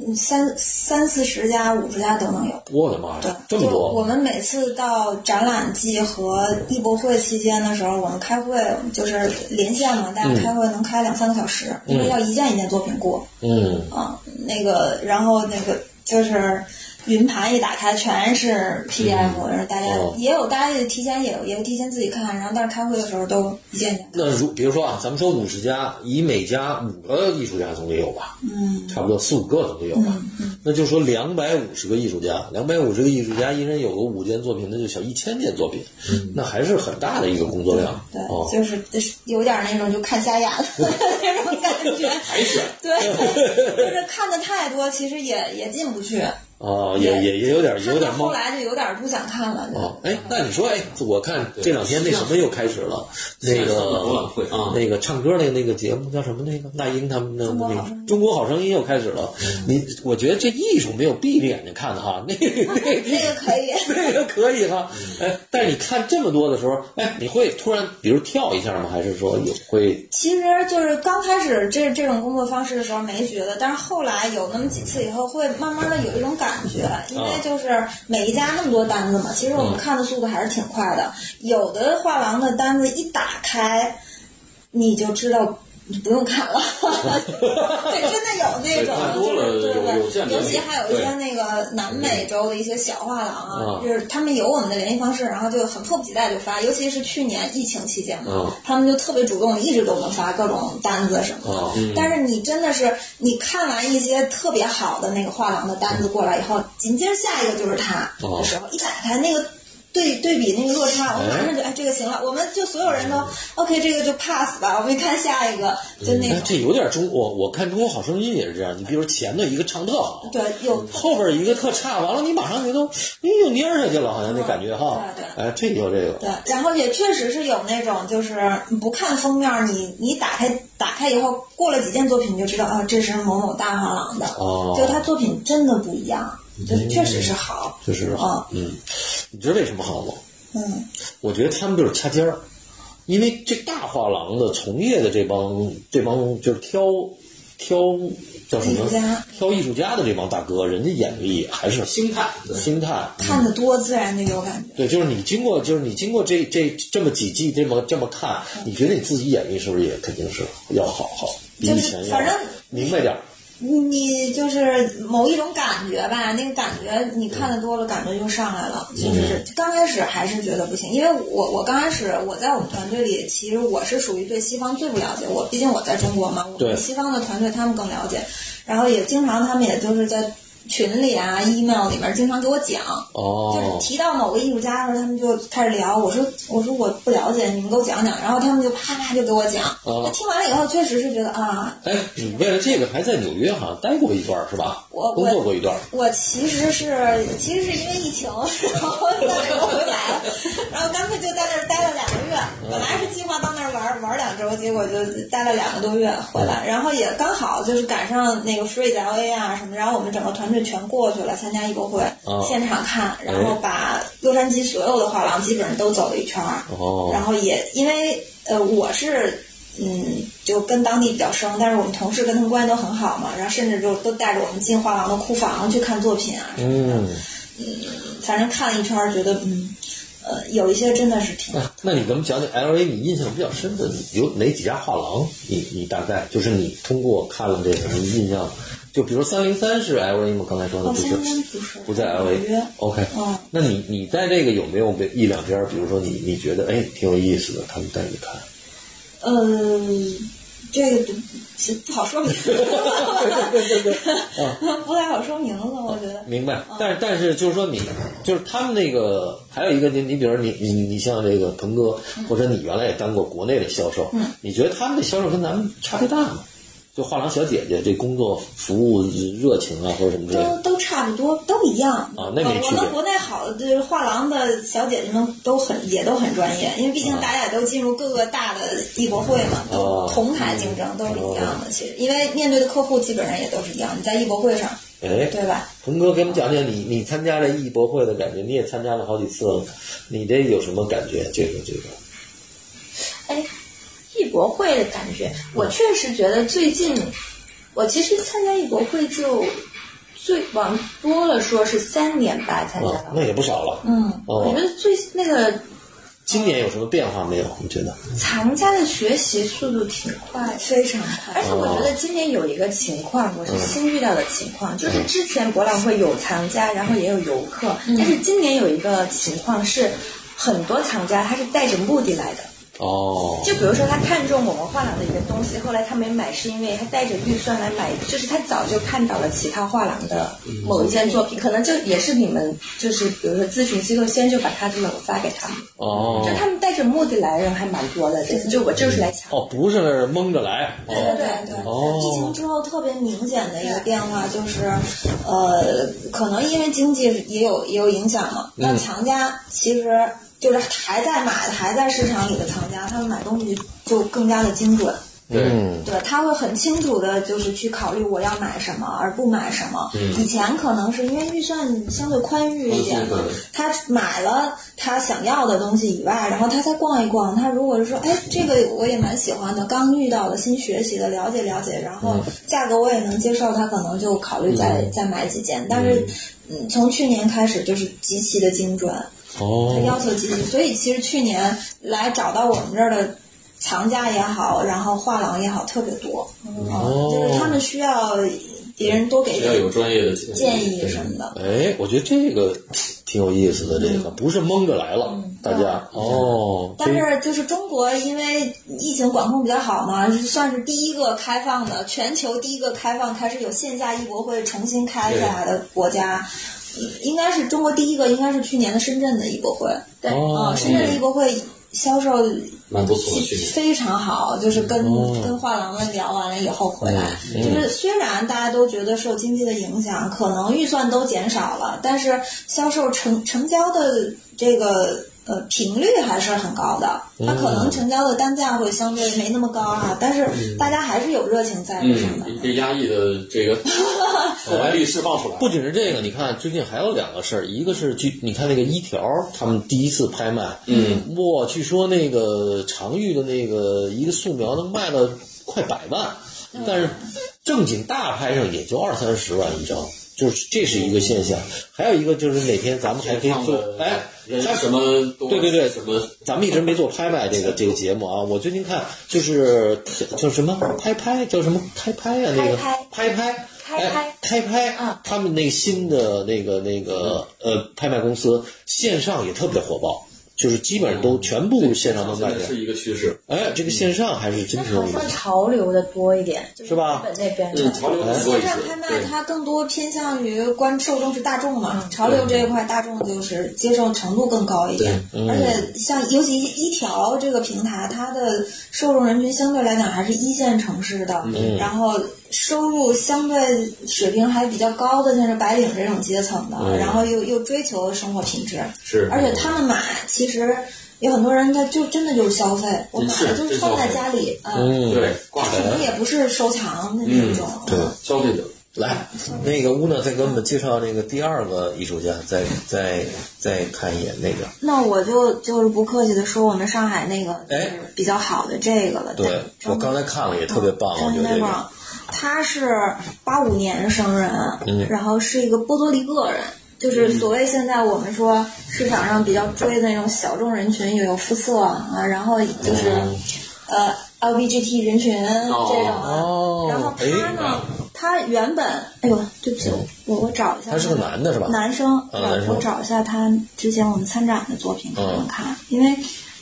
Speaker 4: 嗯三三四十家、五十家都能有。
Speaker 1: 我的妈
Speaker 4: 对
Speaker 1: 呀，，这么
Speaker 4: 就我
Speaker 1: 多！
Speaker 4: 们每次到展览季和艺博会期间的时候，我们开会就是连线嘛，大家开会能开两三个小时，因为要一件一件作品过
Speaker 1: 嗯，
Speaker 4: 啊。那个，然后那个就是云盘一打开全是 PDF，、然后大家、
Speaker 1: 哦
Speaker 4: 也有大家也提前也有也有提前自己看，然后但是开会的时候都一件一件。
Speaker 1: 那如比如说啊，咱们说五十家，以每家五个艺术家总得有吧？
Speaker 4: 嗯，
Speaker 1: 差不多四五个总得有吧？那就说两百五十个艺术家，两百五十个艺术家，一人有个五件作品，那就小一千件作品，那还是很大的一个工作量。
Speaker 4: 嗯对，
Speaker 1: 哦，
Speaker 4: 就是就是有点那种就看瞎眼 了那种感觉。
Speaker 2: 海选
Speaker 4: 对，就是看的太多，其实也也进不去。
Speaker 1: 哦，也也也有点有点
Speaker 4: 看到
Speaker 1: 懵
Speaker 4: 后。来就有点不想看了。
Speaker 1: 哦，哎，那你说，哎，我看这两天那什么又开始了，那
Speaker 2: 线
Speaker 1: 个
Speaker 2: 上的博览会啊
Speaker 1: 那个唱歌那个那个节目叫什么？那个那英他们的那个
Speaker 4: 中国好
Speaker 1: 《中国好
Speaker 4: 声音嗯
Speaker 1: 声音》又开始了。你我觉得这艺术没有闭着眼睛看的哈，那个
Speaker 4: 那个可以，
Speaker 1: 那个可以哈。哎，但是你看这么多的时候，哎，你会突然比如跳一下吗？还是说有会？
Speaker 4: 其实就是刚开始这这种工作方式的时候没觉得，但是后来有那么几次以后，会慢慢的有一种感觉，因为就是每一家那么多单子嘛，其实我们看的速度还是挺快的。有的画廊的单子一打开，你就知道你不用看了， 对，真的有那
Speaker 2: 对
Speaker 4: 种，
Speaker 2: 看多了
Speaker 4: 就是对
Speaker 2: 有有见
Speaker 4: 对，
Speaker 2: 得
Speaker 4: 尤其
Speaker 2: 也
Speaker 4: 还有一些那个南美洲的一些小画廊啊，就是他们有我们的联系方式，然后就很迫不及待就发，尤其是去年疫情期间嘛
Speaker 1: 嗯，
Speaker 4: 他们就特别主动，一直给我们发各种单子什么的。
Speaker 1: 啊，
Speaker 2: 嗯
Speaker 4: 但是你真的是，你看完一些特别好的那个画廊的单子过来以后，紧接着下一个就是他的时候，一打开那个对对比那个落差，我马上就哎这个行了，我们就所有人都 OK 这个就 pass 吧，我们看下一个，就
Speaker 1: 哎，
Speaker 4: 那种
Speaker 1: 这有点中国，我看《中国好声音》也是这样。你比如前头一个唱特好，
Speaker 4: 对有
Speaker 1: 后边一个特差，完了你马上觉得，哎呦蔫儿下去了，好像那感觉哈。
Speaker 4: 对对
Speaker 1: 哎，这就这个。
Speaker 4: 对，然后也确实是有那种，就是你不看封面，你你打开打开以后，过了几件作品你就知道啊，这是某某大画廊的，
Speaker 1: 哦
Speaker 4: 就他作品真的不一样，就是确实是好，
Speaker 1: 确实
Speaker 4: 啊，
Speaker 1: 嗯，你知道为什么好吗？
Speaker 4: 嗯，
Speaker 1: 我觉得他们就是掐尖儿，因为这大画廊的从业的这帮这帮就是挑挑叫什
Speaker 4: 艺术
Speaker 1: 么
Speaker 4: 家？
Speaker 1: 挑艺术家的这帮大哥，人家眼力还是
Speaker 2: 心态对
Speaker 1: 心态。
Speaker 4: 看的多自然就有感觉，
Speaker 1: 对，就是你经过，就是你经过这这这么几季这么这么看，
Speaker 4: 嗯
Speaker 1: 你觉得你自己眼力是不是也肯定是要好好，比
Speaker 4: 就
Speaker 1: 以
Speaker 4: 是
Speaker 1: 前要
Speaker 4: 反正
Speaker 1: 明白点儿？
Speaker 4: 你就是某一种感觉吧，那个感觉你看的多了，感觉就上来了。
Speaker 1: 嗯
Speaker 4: 就是刚开始还是觉得不行，因为我我刚开始我在我们团队里，其实我是属于对西方最不了解。我毕竟我在中国嘛，我
Speaker 1: 对
Speaker 4: 们西方的团队他们更了解，然后也经常他们也就是在群里啊、email 里面经常给我讲，就是
Speaker 1: 哦，
Speaker 4: 提到某个艺术家的时候，他们就开始聊。我说我说我不了解，你们给我讲讲。然后他们就啪啪就给我讲。
Speaker 1: 哦
Speaker 4: 那听完了以后，确实是觉得啊，
Speaker 1: 哎，你为了这个还在纽约好像待过一段儿是吧？
Speaker 4: 我
Speaker 1: 工作
Speaker 4: 我
Speaker 1: 过一段儿。
Speaker 4: 我其实是其实是因为疫情， 然后再美国回来了，然后干脆就在那儿待了两个月。本来是计划到那儿玩玩两周，结果就待了两个多月回来，然后也刚好就是赶上那个 Free LA 啊什么，然后我们整个团队全过去了，参加艺博会，
Speaker 1: 哦
Speaker 4: 现场看，然后把洛杉矶所有的画廊基本上都走了一圈儿。
Speaker 1: 哦
Speaker 4: 然后也因为呃，我是嗯，就跟当地比较生，但是我们同事跟他们关系都很好嘛，然后甚至就都带着我们进画廊的库房去看作品啊，
Speaker 1: 嗯，
Speaker 4: 反正看了一圈儿，觉得嗯，呃，有一些真的是挺。
Speaker 1: 那那你给我们讲讲 L A 你印象比较深的有哪几家画廊？你你大概就是你通过看了这个，你印象就比如三零三是 L A 吗？刚才说的
Speaker 4: 哦，
Speaker 1: 不
Speaker 4: 三
Speaker 1: 是
Speaker 4: 三不是，
Speaker 1: 不在 L
Speaker 4: 纽约
Speaker 1: A。OK，
Speaker 4: 嗯，
Speaker 1: 那你你在这个有没有一两家，比如说你你觉得哎挺有意思的，他们带你看？
Speaker 4: 嗯，这个不是不好 说名字，
Speaker 1: 对对对对，啊，
Speaker 4: 不太好说名字，我觉得。
Speaker 1: 明白。但是但是就是说你就是他们那个还有一个你你比如说你你你像这个腾哥，或者你原来也当过国内的销售，你觉得他们的销售跟咱们差别大吗？就画廊小姐姐这工作服务热情啊，或者什么之类
Speaker 4: 都
Speaker 1: 的，
Speaker 4: 都差不多，都一样。
Speaker 1: 啊那没
Speaker 4: 我
Speaker 1: 区
Speaker 4: 我
Speaker 1: 别
Speaker 4: 们国内好的就是画廊的小姐姐们都很也都很专业，因为毕
Speaker 1: 啊
Speaker 4: 竟大家也都进入各个大的艺博会嘛，都
Speaker 1: 哦
Speaker 4: 同台竞争，都是一样的。其实，因为面对的客户基本上也都是一样，你在艺博会上，
Speaker 1: 哎，
Speaker 4: 对吧？
Speaker 1: 鹏哥，给我们讲讲你你参加这艺博会的感觉，你也参加了好几次了，你这有什么感觉？这个这个，
Speaker 3: 哎，艺博会的感觉，我确实觉得最近，我其实参加艺博会就最往多了说是三年吧，参加
Speaker 1: 啊、
Speaker 3: 了。
Speaker 1: 那也不少了。
Speaker 4: 嗯，
Speaker 3: 我觉
Speaker 1: 哦，
Speaker 3: 得最那个
Speaker 1: 今年有什么变化没有？你觉得？
Speaker 3: 藏家的学习速度挺快的，
Speaker 4: 非常快。
Speaker 3: 而且我
Speaker 1: 哦
Speaker 3: 觉得今年有一个情况，
Speaker 1: 嗯
Speaker 3: 我是新遇到的情况，就是之前博览会有藏家，然后也有游客，
Speaker 1: 嗯
Speaker 3: 但是今年有一个情况是，很多藏家他是带着目的来的。
Speaker 1: 哦，
Speaker 3: 就比如说，他看中我们画廊的一个东西，后来他没买，是因为他带着预算来买，就是他早就看到了其他画廊的某一件作品，可能就也是你们就是比如说咨询机构先就把他的冷发给他们，
Speaker 1: 哦
Speaker 3: 就，他们带着目的来的人还蛮多的，这次就我就是来抢。
Speaker 1: 哦，不是蒙着来。
Speaker 4: 对
Speaker 1: 哦，
Speaker 4: 对对，
Speaker 1: 哦
Speaker 4: 疫情之后特别明显的一个变化就是，呃，可能因为经济也有也有影响嘛。
Speaker 1: 嗯
Speaker 4: 那藏家其实就是还在买的，还在市场里的藏家，他们买东西就更加的精准。
Speaker 2: 对，
Speaker 1: 嗯，
Speaker 4: 对，他会很清楚的，就是去考虑我要买什么，而不买什么。
Speaker 1: 嗯
Speaker 4: 以前可能是因为预算相对宽裕一点嘛
Speaker 2: 嗯对，
Speaker 4: 他买了他想要的东西以外，然后他再逛一逛。他如果是说，哎，这个我也蛮喜欢的，刚遇到的，新学习的，了解了解，然后
Speaker 1: 嗯
Speaker 4: 价格我也能接受，他可能就考虑再、再买几件。但是，嗯，从去年开始就是极其的精准，
Speaker 1: 哦，
Speaker 4: 要求积极，所以其实去年来找到我们这儿的藏家也好，然后画廊也好，特别多，啊
Speaker 1: 哦
Speaker 4: 就是他们需要别人多给
Speaker 2: 需要有专业的
Speaker 4: 建议什么。的。
Speaker 1: 哎，我觉得这个挺有意思的，这个不是蒙着来了，大家哦，
Speaker 4: 嗯但是就是中国，因为疫情管控比较好嘛，是算是第一个开放的，全球第一个开放，它是有线下艺博会重新开起来的国家。嗯应该是中国第一个，应该是去年的深圳的艺博会。对，
Speaker 1: 哦
Speaker 4: 嗯，深圳的艺博会销售
Speaker 2: 蛮不错的，去年
Speaker 4: 非常好，就是跟、
Speaker 1: 哦
Speaker 4: 跟画廊们聊完了以后回来，
Speaker 1: 嗯
Speaker 4: 就是虽然大家都觉得受经济的影响，可能预算都减少了，但是销售成成交的这个。呃，频率还是很高的，它可能成交的单价会相对没那么高
Speaker 1: 嗯
Speaker 4: 啊，但是大家还是有热情在这上的。
Speaker 2: 嗯，被压抑的这 个购买力释放出来，
Speaker 1: 不仅是这个，你看最近还有两个事儿，一个是据你看那个一条，他们第一次拍卖，
Speaker 2: 嗯，
Speaker 1: 哇，据说那个常玉的那个一个素描能卖了快百万，
Speaker 4: 嗯
Speaker 1: 但是正经大拍上也就二三十万一张。就是这是一个现象，还有一个就是哪天咱们还可以
Speaker 2: 放
Speaker 1: 做
Speaker 2: 的，
Speaker 1: 哎，
Speaker 2: 人
Speaker 1: 咱
Speaker 2: 什么多
Speaker 1: 对对对
Speaker 2: 什么
Speaker 1: 咱们一直没做拍卖这个这个节目啊，我最近看就是叫什么拍拍叫什么开拍呀、那个拍拍
Speaker 3: 开拍
Speaker 1: 哎开拍
Speaker 3: 嗯
Speaker 1: 他们那个新的那个那个呃拍卖公司线上也特别火爆，就是基本上都全部线上都卖
Speaker 2: 嗯现在
Speaker 1: 掉。
Speaker 2: 是一个趋势，
Speaker 1: 哎，这个线上还是真
Speaker 3: 那
Speaker 1: 挺有
Speaker 3: 好
Speaker 1: 意
Speaker 3: 像
Speaker 1: 思。
Speaker 3: 潮流的多一点，就是
Speaker 1: 吧
Speaker 3: 日本那边的
Speaker 2: 嗯，潮流很多
Speaker 4: 线
Speaker 2: 一些
Speaker 4: 上拍，卖
Speaker 2: 对，
Speaker 4: 它更多偏向于关受众是大众嘛，潮流这一块大众就是接受程度更高一点，
Speaker 1: 对嗯
Speaker 4: 而且像尤其一条这个平台，它的受众人群相对来讲还是一线城市的，
Speaker 1: 嗯
Speaker 4: 然后收入相对水平还比较高的，像是白领这种阶层的，
Speaker 1: 嗯
Speaker 4: 然后又又追求生活品质，
Speaker 2: 是，
Speaker 4: 而且他们买其实。有很多人，他就真的就是消费，我买了
Speaker 2: 是
Speaker 4: 就是放在家里，嗯，
Speaker 1: 嗯，
Speaker 2: 对挂
Speaker 4: 可能
Speaker 2: 牌
Speaker 4: 也不是收藏的那种，
Speaker 1: 对
Speaker 2: 消费者，
Speaker 1: 来，那个乌娜再给我们介绍那个第二个艺术家，再再再看一眼那个。
Speaker 4: 那我就就是不客气的说，我们上海那个就
Speaker 1: 哎
Speaker 4: 是比较好的这个了。
Speaker 1: 对我刚才看了也特别棒，啊我觉得这个，
Speaker 4: 他是八五年生人，
Speaker 1: 嗯
Speaker 4: 然后是一个波多黎各人，就是所谓现在我们说市场上比较追的那种小众人群，也有肤色啊，然后就是、
Speaker 1: 哦
Speaker 4: 呃 LGBT 人群这种啊。
Speaker 1: 哦
Speaker 4: 然后他呢，他原本，哎呦，对不起，我我找一
Speaker 1: 嗯
Speaker 4: 下，
Speaker 1: 他是个男的是吧？
Speaker 4: 男生，呃
Speaker 1: 啊男生
Speaker 4: 我找一下他之前我们参展的作品
Speaker 2: 嗯
Speaker 4: 给你们看，因为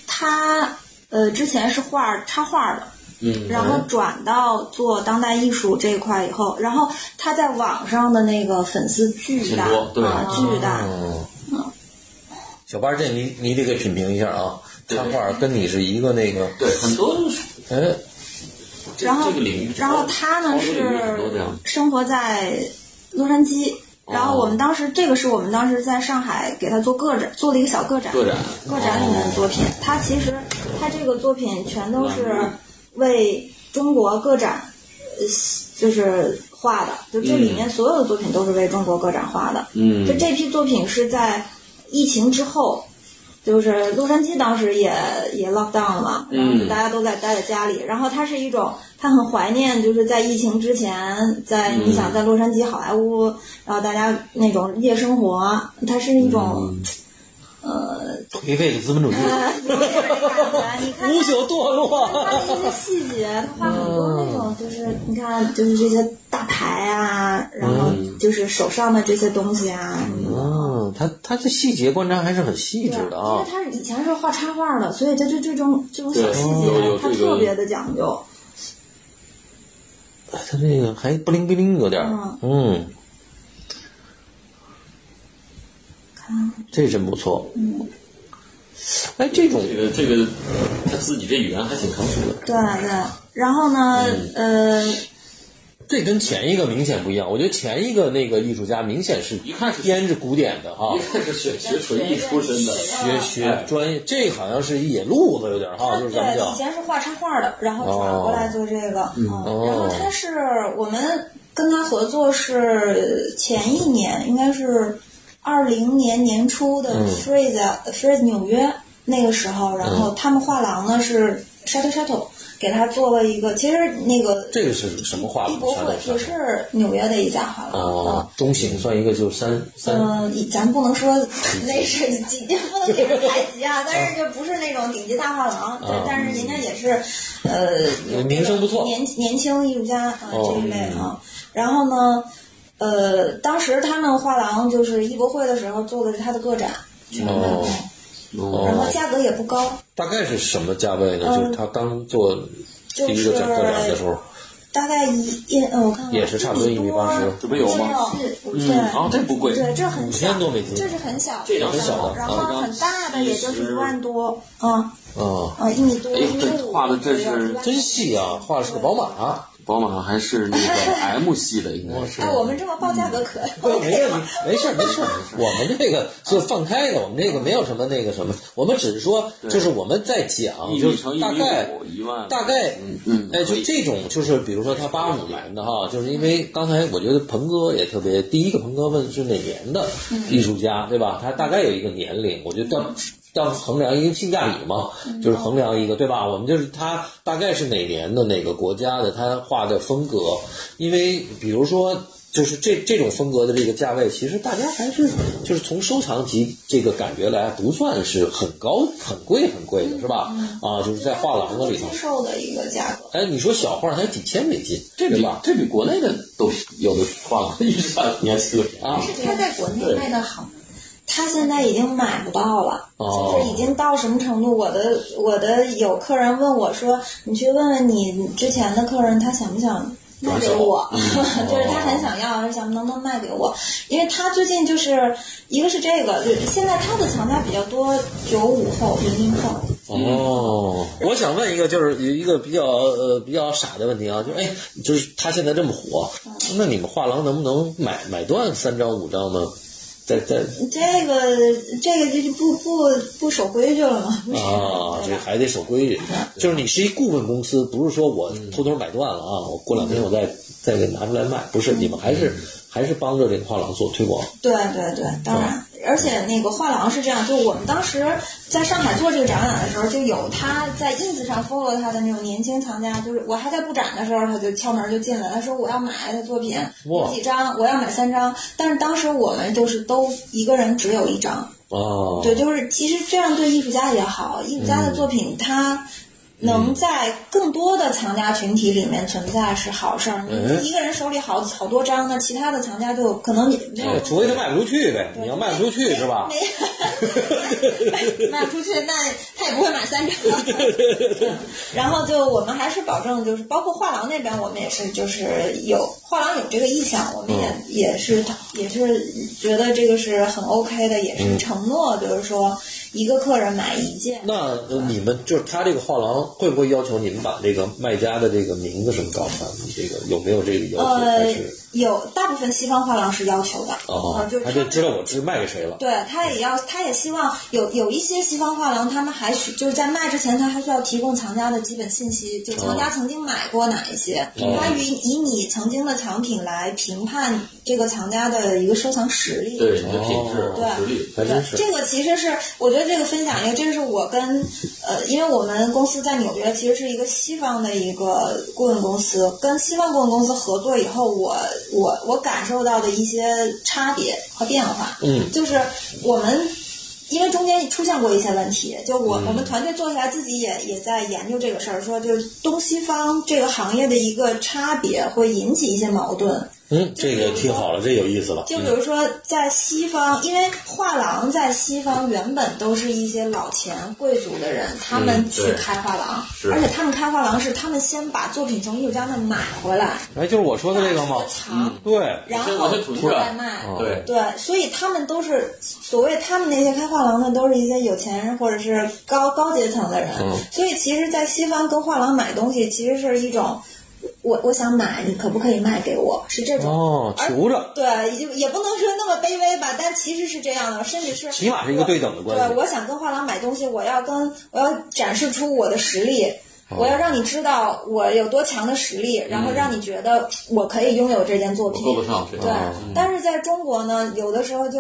Speaker 4: 他呃之前是画插画的，
Speaker 2: 嗯，
Speaker 4: 然后转到做当代艺术这一块以后，然后他在网上的那个粉丝巨大
Speaker 2: 挺多对
Speaker 4: 啊，巨大。
Speaker 1: 嗯，小八，这你你得给品评一下啊，
Speaker 2: 对
Speaker 1: 插画跟你是一个那个，
Speaker 2: 对，很多
Speaker 1: 哎，
Speaker 2: 这
Speaker 4: 然后
Speaker 2: 这个领域，，
Speaker 4: 然后他呢
Speaker 2: 潮流领域很多这
Speaker 4: 是
Speaker 2: 样哦
Speaker 4: 生活在洛杉矶。然后我们当时，这个是我们当时在上海给他做个展，做了一个小个展，
Speaker 2: 个展
Speaker 4: 个展里面的作品。他其实他这个作品全都是为中国个展，呃就是画的，就这里面所有的作品都是为中国个展画的。
Speaker 2: 嗯
Speaker 4: 就这批作品是在疫情之后，就是洛杉矶当时也也 lock down 了嘛，然后
Speaker 2: 嗯
Speaker 4: 大家都在待在家里，然后它是一种，他很怀念，就是在疫情之前，在
Speaker 2: 嗯
Speaker 4: 你想在洛杉矶好莱坞，然后大家那种夜生活，它是一种，
Speaker 2: 嗯
Speaker 4: 呃，
Speaker 1: 颓废的资本主义，
Speaker 4: 有点那感觉，你 看
Speaker 1: 无朽堕
Speaker 4: 他
Speaker 1: 落。
Speaker 4: 的一些细节，他画很多那种，就是你看，就是这些大牌啊，然后就是手上的这些东西啊，什么 的。
Speaker 1: 嗯，他他这细节观察还是很细
Speaker 4: 对，
Speaker 1: 致的
Speaker 4: 因为
Speaker 1: 啊。
Speaker 4: 他是以前是画插画的，所以他对这种这种小细
Speaker 2: 对有
Speaker 4: 节
Speaker 2: 哦有，
Speaker 4: 他
Speaker 2: 这个
Speaker 4: 特别的讲究。
Speaker 1: 他这个还不灵不灵有点儿，嗯，这真不错。哎，这种
Speaker 2: 这个这个他自己这语言还挺成熟的，
Speaker 4: 对对，然后呢，呃，
Speaker 1: 这跟前一个明显不一样，我觉得前一个那个艺术家明显是
Speaker 2: 一看是
Speaker 1: 偏着古典的啊
Speaker 2: 一，看哦是学学纯艺出身的，
Speaker 4: 啊
Speaker 1: 学学专业，这好像是一野路子有点儿哈，哦就是咱们哦
Speaker 4: 对，以
Speaker 1: 讲，
Speaker 4: 前是画插画的，然后转过来做这个。嗯，
Speaker 1: 哦
Speaker 4: 然后他是我们跟他合作是前一年，应该是二零年年
Speaker 1: 嗯嗯
Speaker 4: 初的 Freeze、Freeze 纽约那个时候，然后他们画廊呢是 Shuttle Shuttle 给他做了一个，其实那个
Speaker 1: 这个是什么画
Speaker 4: 艺
Speaker 1: 廊？
Speaker 4: 博
Speaker 1: 啥
Speaker 4: 会
Speaker 1: 的啥
Speaker 4: 也
Speaker 1: 的
Speaker 4: 是纽约的一家画廊。嗯
Speaker 1: 啊哦，中型算一个就是三三
Speaker 4: 嗯，以咱不能说那是几，不能给 人排挤啊，但是就不是那种顶级大画廊，对
Speaker 1: 啊，
Speaker 4: 但是人家也是，呃，有
Speaker 1: 名声不错
Speaker 4: 年年轻艺术家啊
Speaker 1: 哦
Speaker 4: 这一类啊。然后呢，呃，当时他们画廊就是艺博会的时候做的是他的个展，
Speaker 1: 哦，
Speaker 4: 然后
Speaker 1: 哦，
Speaker 4: 价格也不高，
Speaker 1: 大概是什么价位呢？
Speaker 4: 嗯
Speaker 1: 就是他当做第一个展个展的时候，
Speaker 4: 大概一一呃，我看看
Speaker 1: 也是差不多
Speaker 4: 一
Speaker 1: 1.80
Speaker 4: 米多
Speaker 1: 这
Speaker 5: 这不有吗？
Speaker 4: 左右
Speaker 3: 是
Speaker 1: 嗯
Speaker 4: 对，
Speaker 5: 然
Speaker 1: 哦
Speaker 2: 哦
Speaker 5: 后这不贵，
Speaker 4: 对，这很
Speaker 1: 五
Speaker 4: 小
Speaker 1: 千，多美金
Speaker 4: 这是很小的，
Speaker 2: 这张
Speaker 1: 很小的
Speaker 4: 然后
Speaker 1: 啊
Speaker 4: 很大的也就是一万多，嗯
Speaker 1: 啊，
Speaker 4: 嗯，一米多，
Speaker 5: 哎
Speaker 4: 一米
Speaker 5: 这
Speaker 4: 五，
Speaker 5: 画的这是
Speaker 1: 真细啊，画的是个
Speaker 4: 嗯
Speaker 1: 宝马，啊
Speaker 5: 宝马还是那个 M 系的，应该是。
Speaker 4: 哎，我们这么报价格可
Speaker 1: 嗯哎没
Speaker 4: OK
Speaker 1: 问
Speaker 4: 吗
Speaker 1: 题？，没事儿没事儿，我们这个是放开的，我们这个没有什么那个什么，我们只是说就是我们在讲，
Speaker 5: 一
Speaker 1: 就
Speaker 5: 米
Speaker 1: 是
Speaker 5: 乘一
Speaker 1: 大
Speaker 5: 米
Speaker 1: 概
Speaker 5: 五，一万。
Speaker 1: 大概，
Speaker 5: 嗯
Speaker 1: 哎，
Speaker 5: 可
Speaker 1: 就
Speaker 5: 以
Speaker 1: 这种，就是比如说他八五年的哈，就是因为刚才我觉得鹏哥也特别，第一个鹏哥问是哪年的
Speaker 5: 嗯
Speaker 1: 艺术家，对吧？他大概有一个年龄，我觉得要要衡量一个性价比嘛，
Speaker 5: 嗯
Speaker 1: 就是衡量一个，对吧？我们就是他大概是哪年的哪个国家的，他画的风格，因为比如说。就是这这种风格的这个价位，其实大家还是就是从收藏级这个感觉来，不算是很高、很贵、很贵
Speaker 5: 嗯
Speaker 1: 的，是吧？啊，就是在画廊子里头
Speaker 4: 接，受的一个价格，
Speaker 1: 哎，你说小画才几千美金，
Speaker 5: 这
Speaker 1: 对
Speaker 5: 比
Speaker 1: 吧？
Speaker 5: 这比国内的都有的画廊一万，你还记得？
Speaker 1: 啊，
Speaker 3: 是他在国内卖的好吗？
Speaker 4: 他现在已经买不到了，
Speaker 1: 哦
Speaker 4: 就是已经到什么程度？我的我的有客人问我说，你去问问你之前的客人，他想不想卖给我？
Speaker 1: 嗯 哦
Speaker 4: 就是他很想要，是想能不能卖给我？因为他最近就是一个是这个，就现在他的藏家比较多，九五后、零零后，
Speaker 1: 哦，我想问一个，就是有一个比较呃比较傻的问题啊，就是哎，就是他现在这么火，那你们画廊能不能买买断三张五张呢？在在
Speaker 4: 这个这个就不不不守规矩了嘛，不是
Speaker 1: 啊，
Speaker 4: 对
Speaker 1: 这
Speaker 4: 吧嗯
Speaker 1: 还得守规矩，就是你是一顾问公司，不是说我偷偷买断了啊，我过两天我再再给拿出来卖，不是，你们还是还是帮着这个画廊做推广，
Speaker 4: 对对对，当然，而且那个画廊是这样，就我们当时在上海做这个展览的时候，就有他在 ins 上 follow 他的那种年轻藏家，就是我还在布展的时候，他就敲门就进来，他说我要买他作品
Speaker 1: 哇
Speaker 4: 有几张，我要买三张，但是当时我们就是都一个人只有一张，
Speaker 1: 哦，
Speaker 4: 对，就是其实这样对艺术家也好，艺术家的作品他。能在更多的藏家群体里面存在是好事儿。
Speaker 1: 嗯
Speaker 4: 你一个人手里好好多张，那其他的藏家就可能也没有
Speaker 1: 哎除非他卖不出去呗，你要卖不出去是吧？
Speaker 4: 没 卖不出去，那他也不会买三张。然后就我们还是保证，就是包括画廊那边，我们也是就是有画廊有这个意向，我们也、
Speaker 1: 嗯
Speaker 4: 也是也是觉得这个是很 OK 的，也是承诺，就是说一个客人买一
Speaker 1: 嗯
Speaker 4: 件。
Speaker 1: 那呃你们就是他这个画廊会不会要求你们把这个卖家的这个名字什么告诉他们？这个有没有这个要求？还
Speaker 4: 呃
Speaker 1: 是，
Speaker 4: 有大部分西方画廊是要求的，
Speaker 1: 哦
Speaker 4: 呃，就是
Speaker 1: 他
Speaker 4: 他
Speaker 1: 就
Speaker 4: 们
Speaker 1: 知道我是卖给谁了？
Speaker 4: 对他也要，他也希望有有一些西方画廊，他们还需就是在卖之前，他还需要提供藏家的基本信息，就藏家曾经买过哪一些，
Speaker 1: 哦
Speaker 4: 他与以你曾经的藏品来评判这个藏家的一个收藏实力。
Speaker 2: 对，你的品质、
Speaker 4: 对
Speaker 2: 实力，
Speaker 1: 还真
Speaker 4: 对，
Speaker 1: 是
Speaker 4: 这个其实是我觉得这个分享一个，这是我跟呃，因为我们公司在纽约其实是一个西方的一个顾问公司，跟西方顾问公司合作以后，我我我感受到的一些差别和变化，
Speaker 1: 嗯，
Speaker 4: 就是我们。因为中间出现过一些问题，就
Speaker 1: 嗯
Speaker 4: 我、我们团队做下来，自己也也在研究这个事儿，说就是东西方这个行业的一个差别会引起一些矛盾，
Speaker 1: 嗯，这个听好了，这有意思了。
Speaker 4: 就比如说，在西方，因为画廊在西方原本都是一些老钱贵族的人，他们
Speaker 2: 嗯
Speaker 4: 去
Speaker 2: 对
Speaker 4: 开画廊，
Speaker 2: 是
Speaker 4: 而且他们开画廊是他们先把作品从艺术家那买回来，
Speaker 1: 哎，就是我说的这个
Speaker 4: 把
Speaker 1: 吗
Speaker 4: 这？藏，
Speaker 1: 对，
Speaker 4: 然
Speaker 2: 先
Speaker 4: 后
Speaker 2: 往前囤着
Speaker 4: 再卖。
Speaker 1: 哦
Speaker 2: 对，
Speaker 4: 对，所以他们都是所谓他们那些开画廊的，都是一些有钱人或者是高高阶层的人。
Speaker 2: 嗯
Speaker 4: 所以其实，在西方跟画廊买东西，其实是一种我我想买，你可不可以卖给我？是这种。
Speaker 1: 哦，
Speaker 4: 而
Speaker 1: 求着，
Speaker 4: 对，也也不能说那么卑微吧，但其实是这样的，甚至是
Speaker 1: 起码是一个对等的关系
Speaker 4: 对，我想跟画廊买东西，我要跟我要展示出我的实力。
Speaker 1: 哦
Speaker 4: 我要让你知道我有多强的实
Speaker 1: 嗯
Speaker 4: 力，然后让你觉得我可以拥有这件作品。
Speaker 2: 够不上这
Speaker 4: 对
Speaker 2: 个。，
Speaker 1: 哦
Speaker 4: 但是在中国呢，有的时候就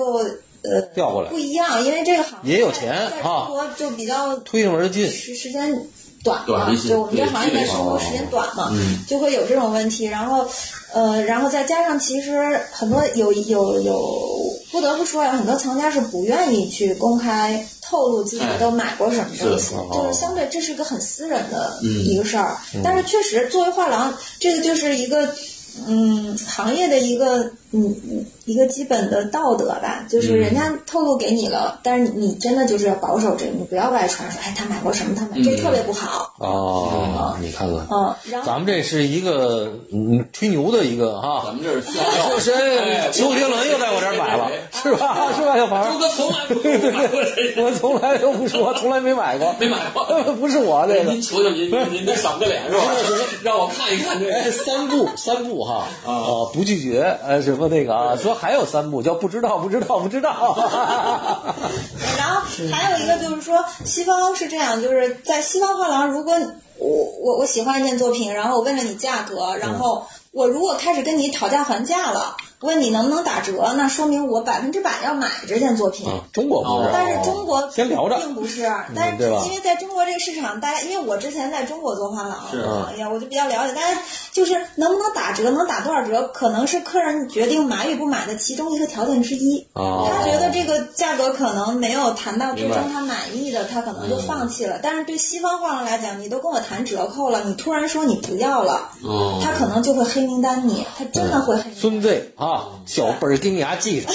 Speaker 4: 呃
Speaker 1: 调过来
Speaker 4: 不一样，因为这个行业
Speaker 1: 也有钱
Speaker 4: 在
Speaker 1: 啊
Speaker 4: 中国就比较
Speaker 1: 推上门就进。
Speaker 4: 时时间短
Speaker 2: 短
Speaker 4: 嘛
Speaker 2: 一，些
Speaker 4: 就我们这
Speaker 2: 对
Speaker 4: 行业
Speaker 2: 距离
Speaker 4: 内生活
Speaker 2: 长
Speaker 4: 时间短嘛，
Speaker 2: 嗯
Speaker 4: 就会有这种问题。然后，呃，然后再加上其实很多有有有不得不说啊呀，很多藏家是不愿意去公开透露自己
Speaker 2: 哎
Speaker 4: 都买过什么东西，
Speaker 2: 是哦
Speaker 4: 就是相对这是一个很私人的
Speaker 2: 嗯
Speaker 4: 一个事儿。但是确实，作为画廊，这个就是一个。嗯，行业的一个嗯嗯一个基本的道德吧，就是人家透露给你了，但是你真的就是要保守这个，你不要外传说，哎，他买过什么，他买这特别不好。
Speaker 1: 哦，你看看，
Speaker 4: 嗯，然后
Speaker 1: 咱们这是一个嗯吹牛的一个
Speaker 2: 咱
Speaker 1: 哈，
Speaker 2: 们这是炫耀，
Speaker 1: 就是哎九五零零又在我这儿买了，是吧？是吧，小
Speaker 2: 周
Speaker 1: 鹏？
Speaker 2: 哥从来不跟我买过这个，
Speaker 1: 我从来都不说，从来没买过，
Speaker 2: 没买过。
Speaker 1: 不是我这个
Speaker 2: 您。求求您，您您赏个脸是吧？让我看一看这
Speaker 1: 哎，
Speaker 2: 个。
Speaker 1: 三步，三步哈，啊，不拒绝，呃，什么那个啊，说还有三步叫不知道，不知道，不啊知道，
Speaker 4: 然后还有一个就是说，西方是这样，就是在西方画廊，如果我我我喜欢一件作品，然后我问了你价格，然后我如果开始跟你讨价还价了，问你能不能打折，那说明我百分之百要买这件作品。
Speaker 1: 啊中国不是，
Speaker 4: 但是中国
Speaker 1: 先聊着嗯
Speaker 4: 并不是，但是
Speaker 1: 对吧
Speaker 4: 因为在中国这个市场，大家因为我之前在中国做画廊
Speaker 2: 是
Speaker 4: 行业，我就比较了解，大家就是能不能打折，能打多少折，可能是客人决定买与不买的其中一个条件之一。
Speaker 1: 哦
Speaker 4: 他觉得这个价格可能没有谈到最终他满意的，他可能就
Speaker 1: 嗯
Speaker 4: 放弃了。但是对西方画廊来讲，你都跟我谈折扣了，你突然说你不要了，
Speaker 2: 哦
Speaker 4: 他可能就会黑名单你，他真的会黑名单。
Speaker 1: 孙子啊，小本儿钉牙记上，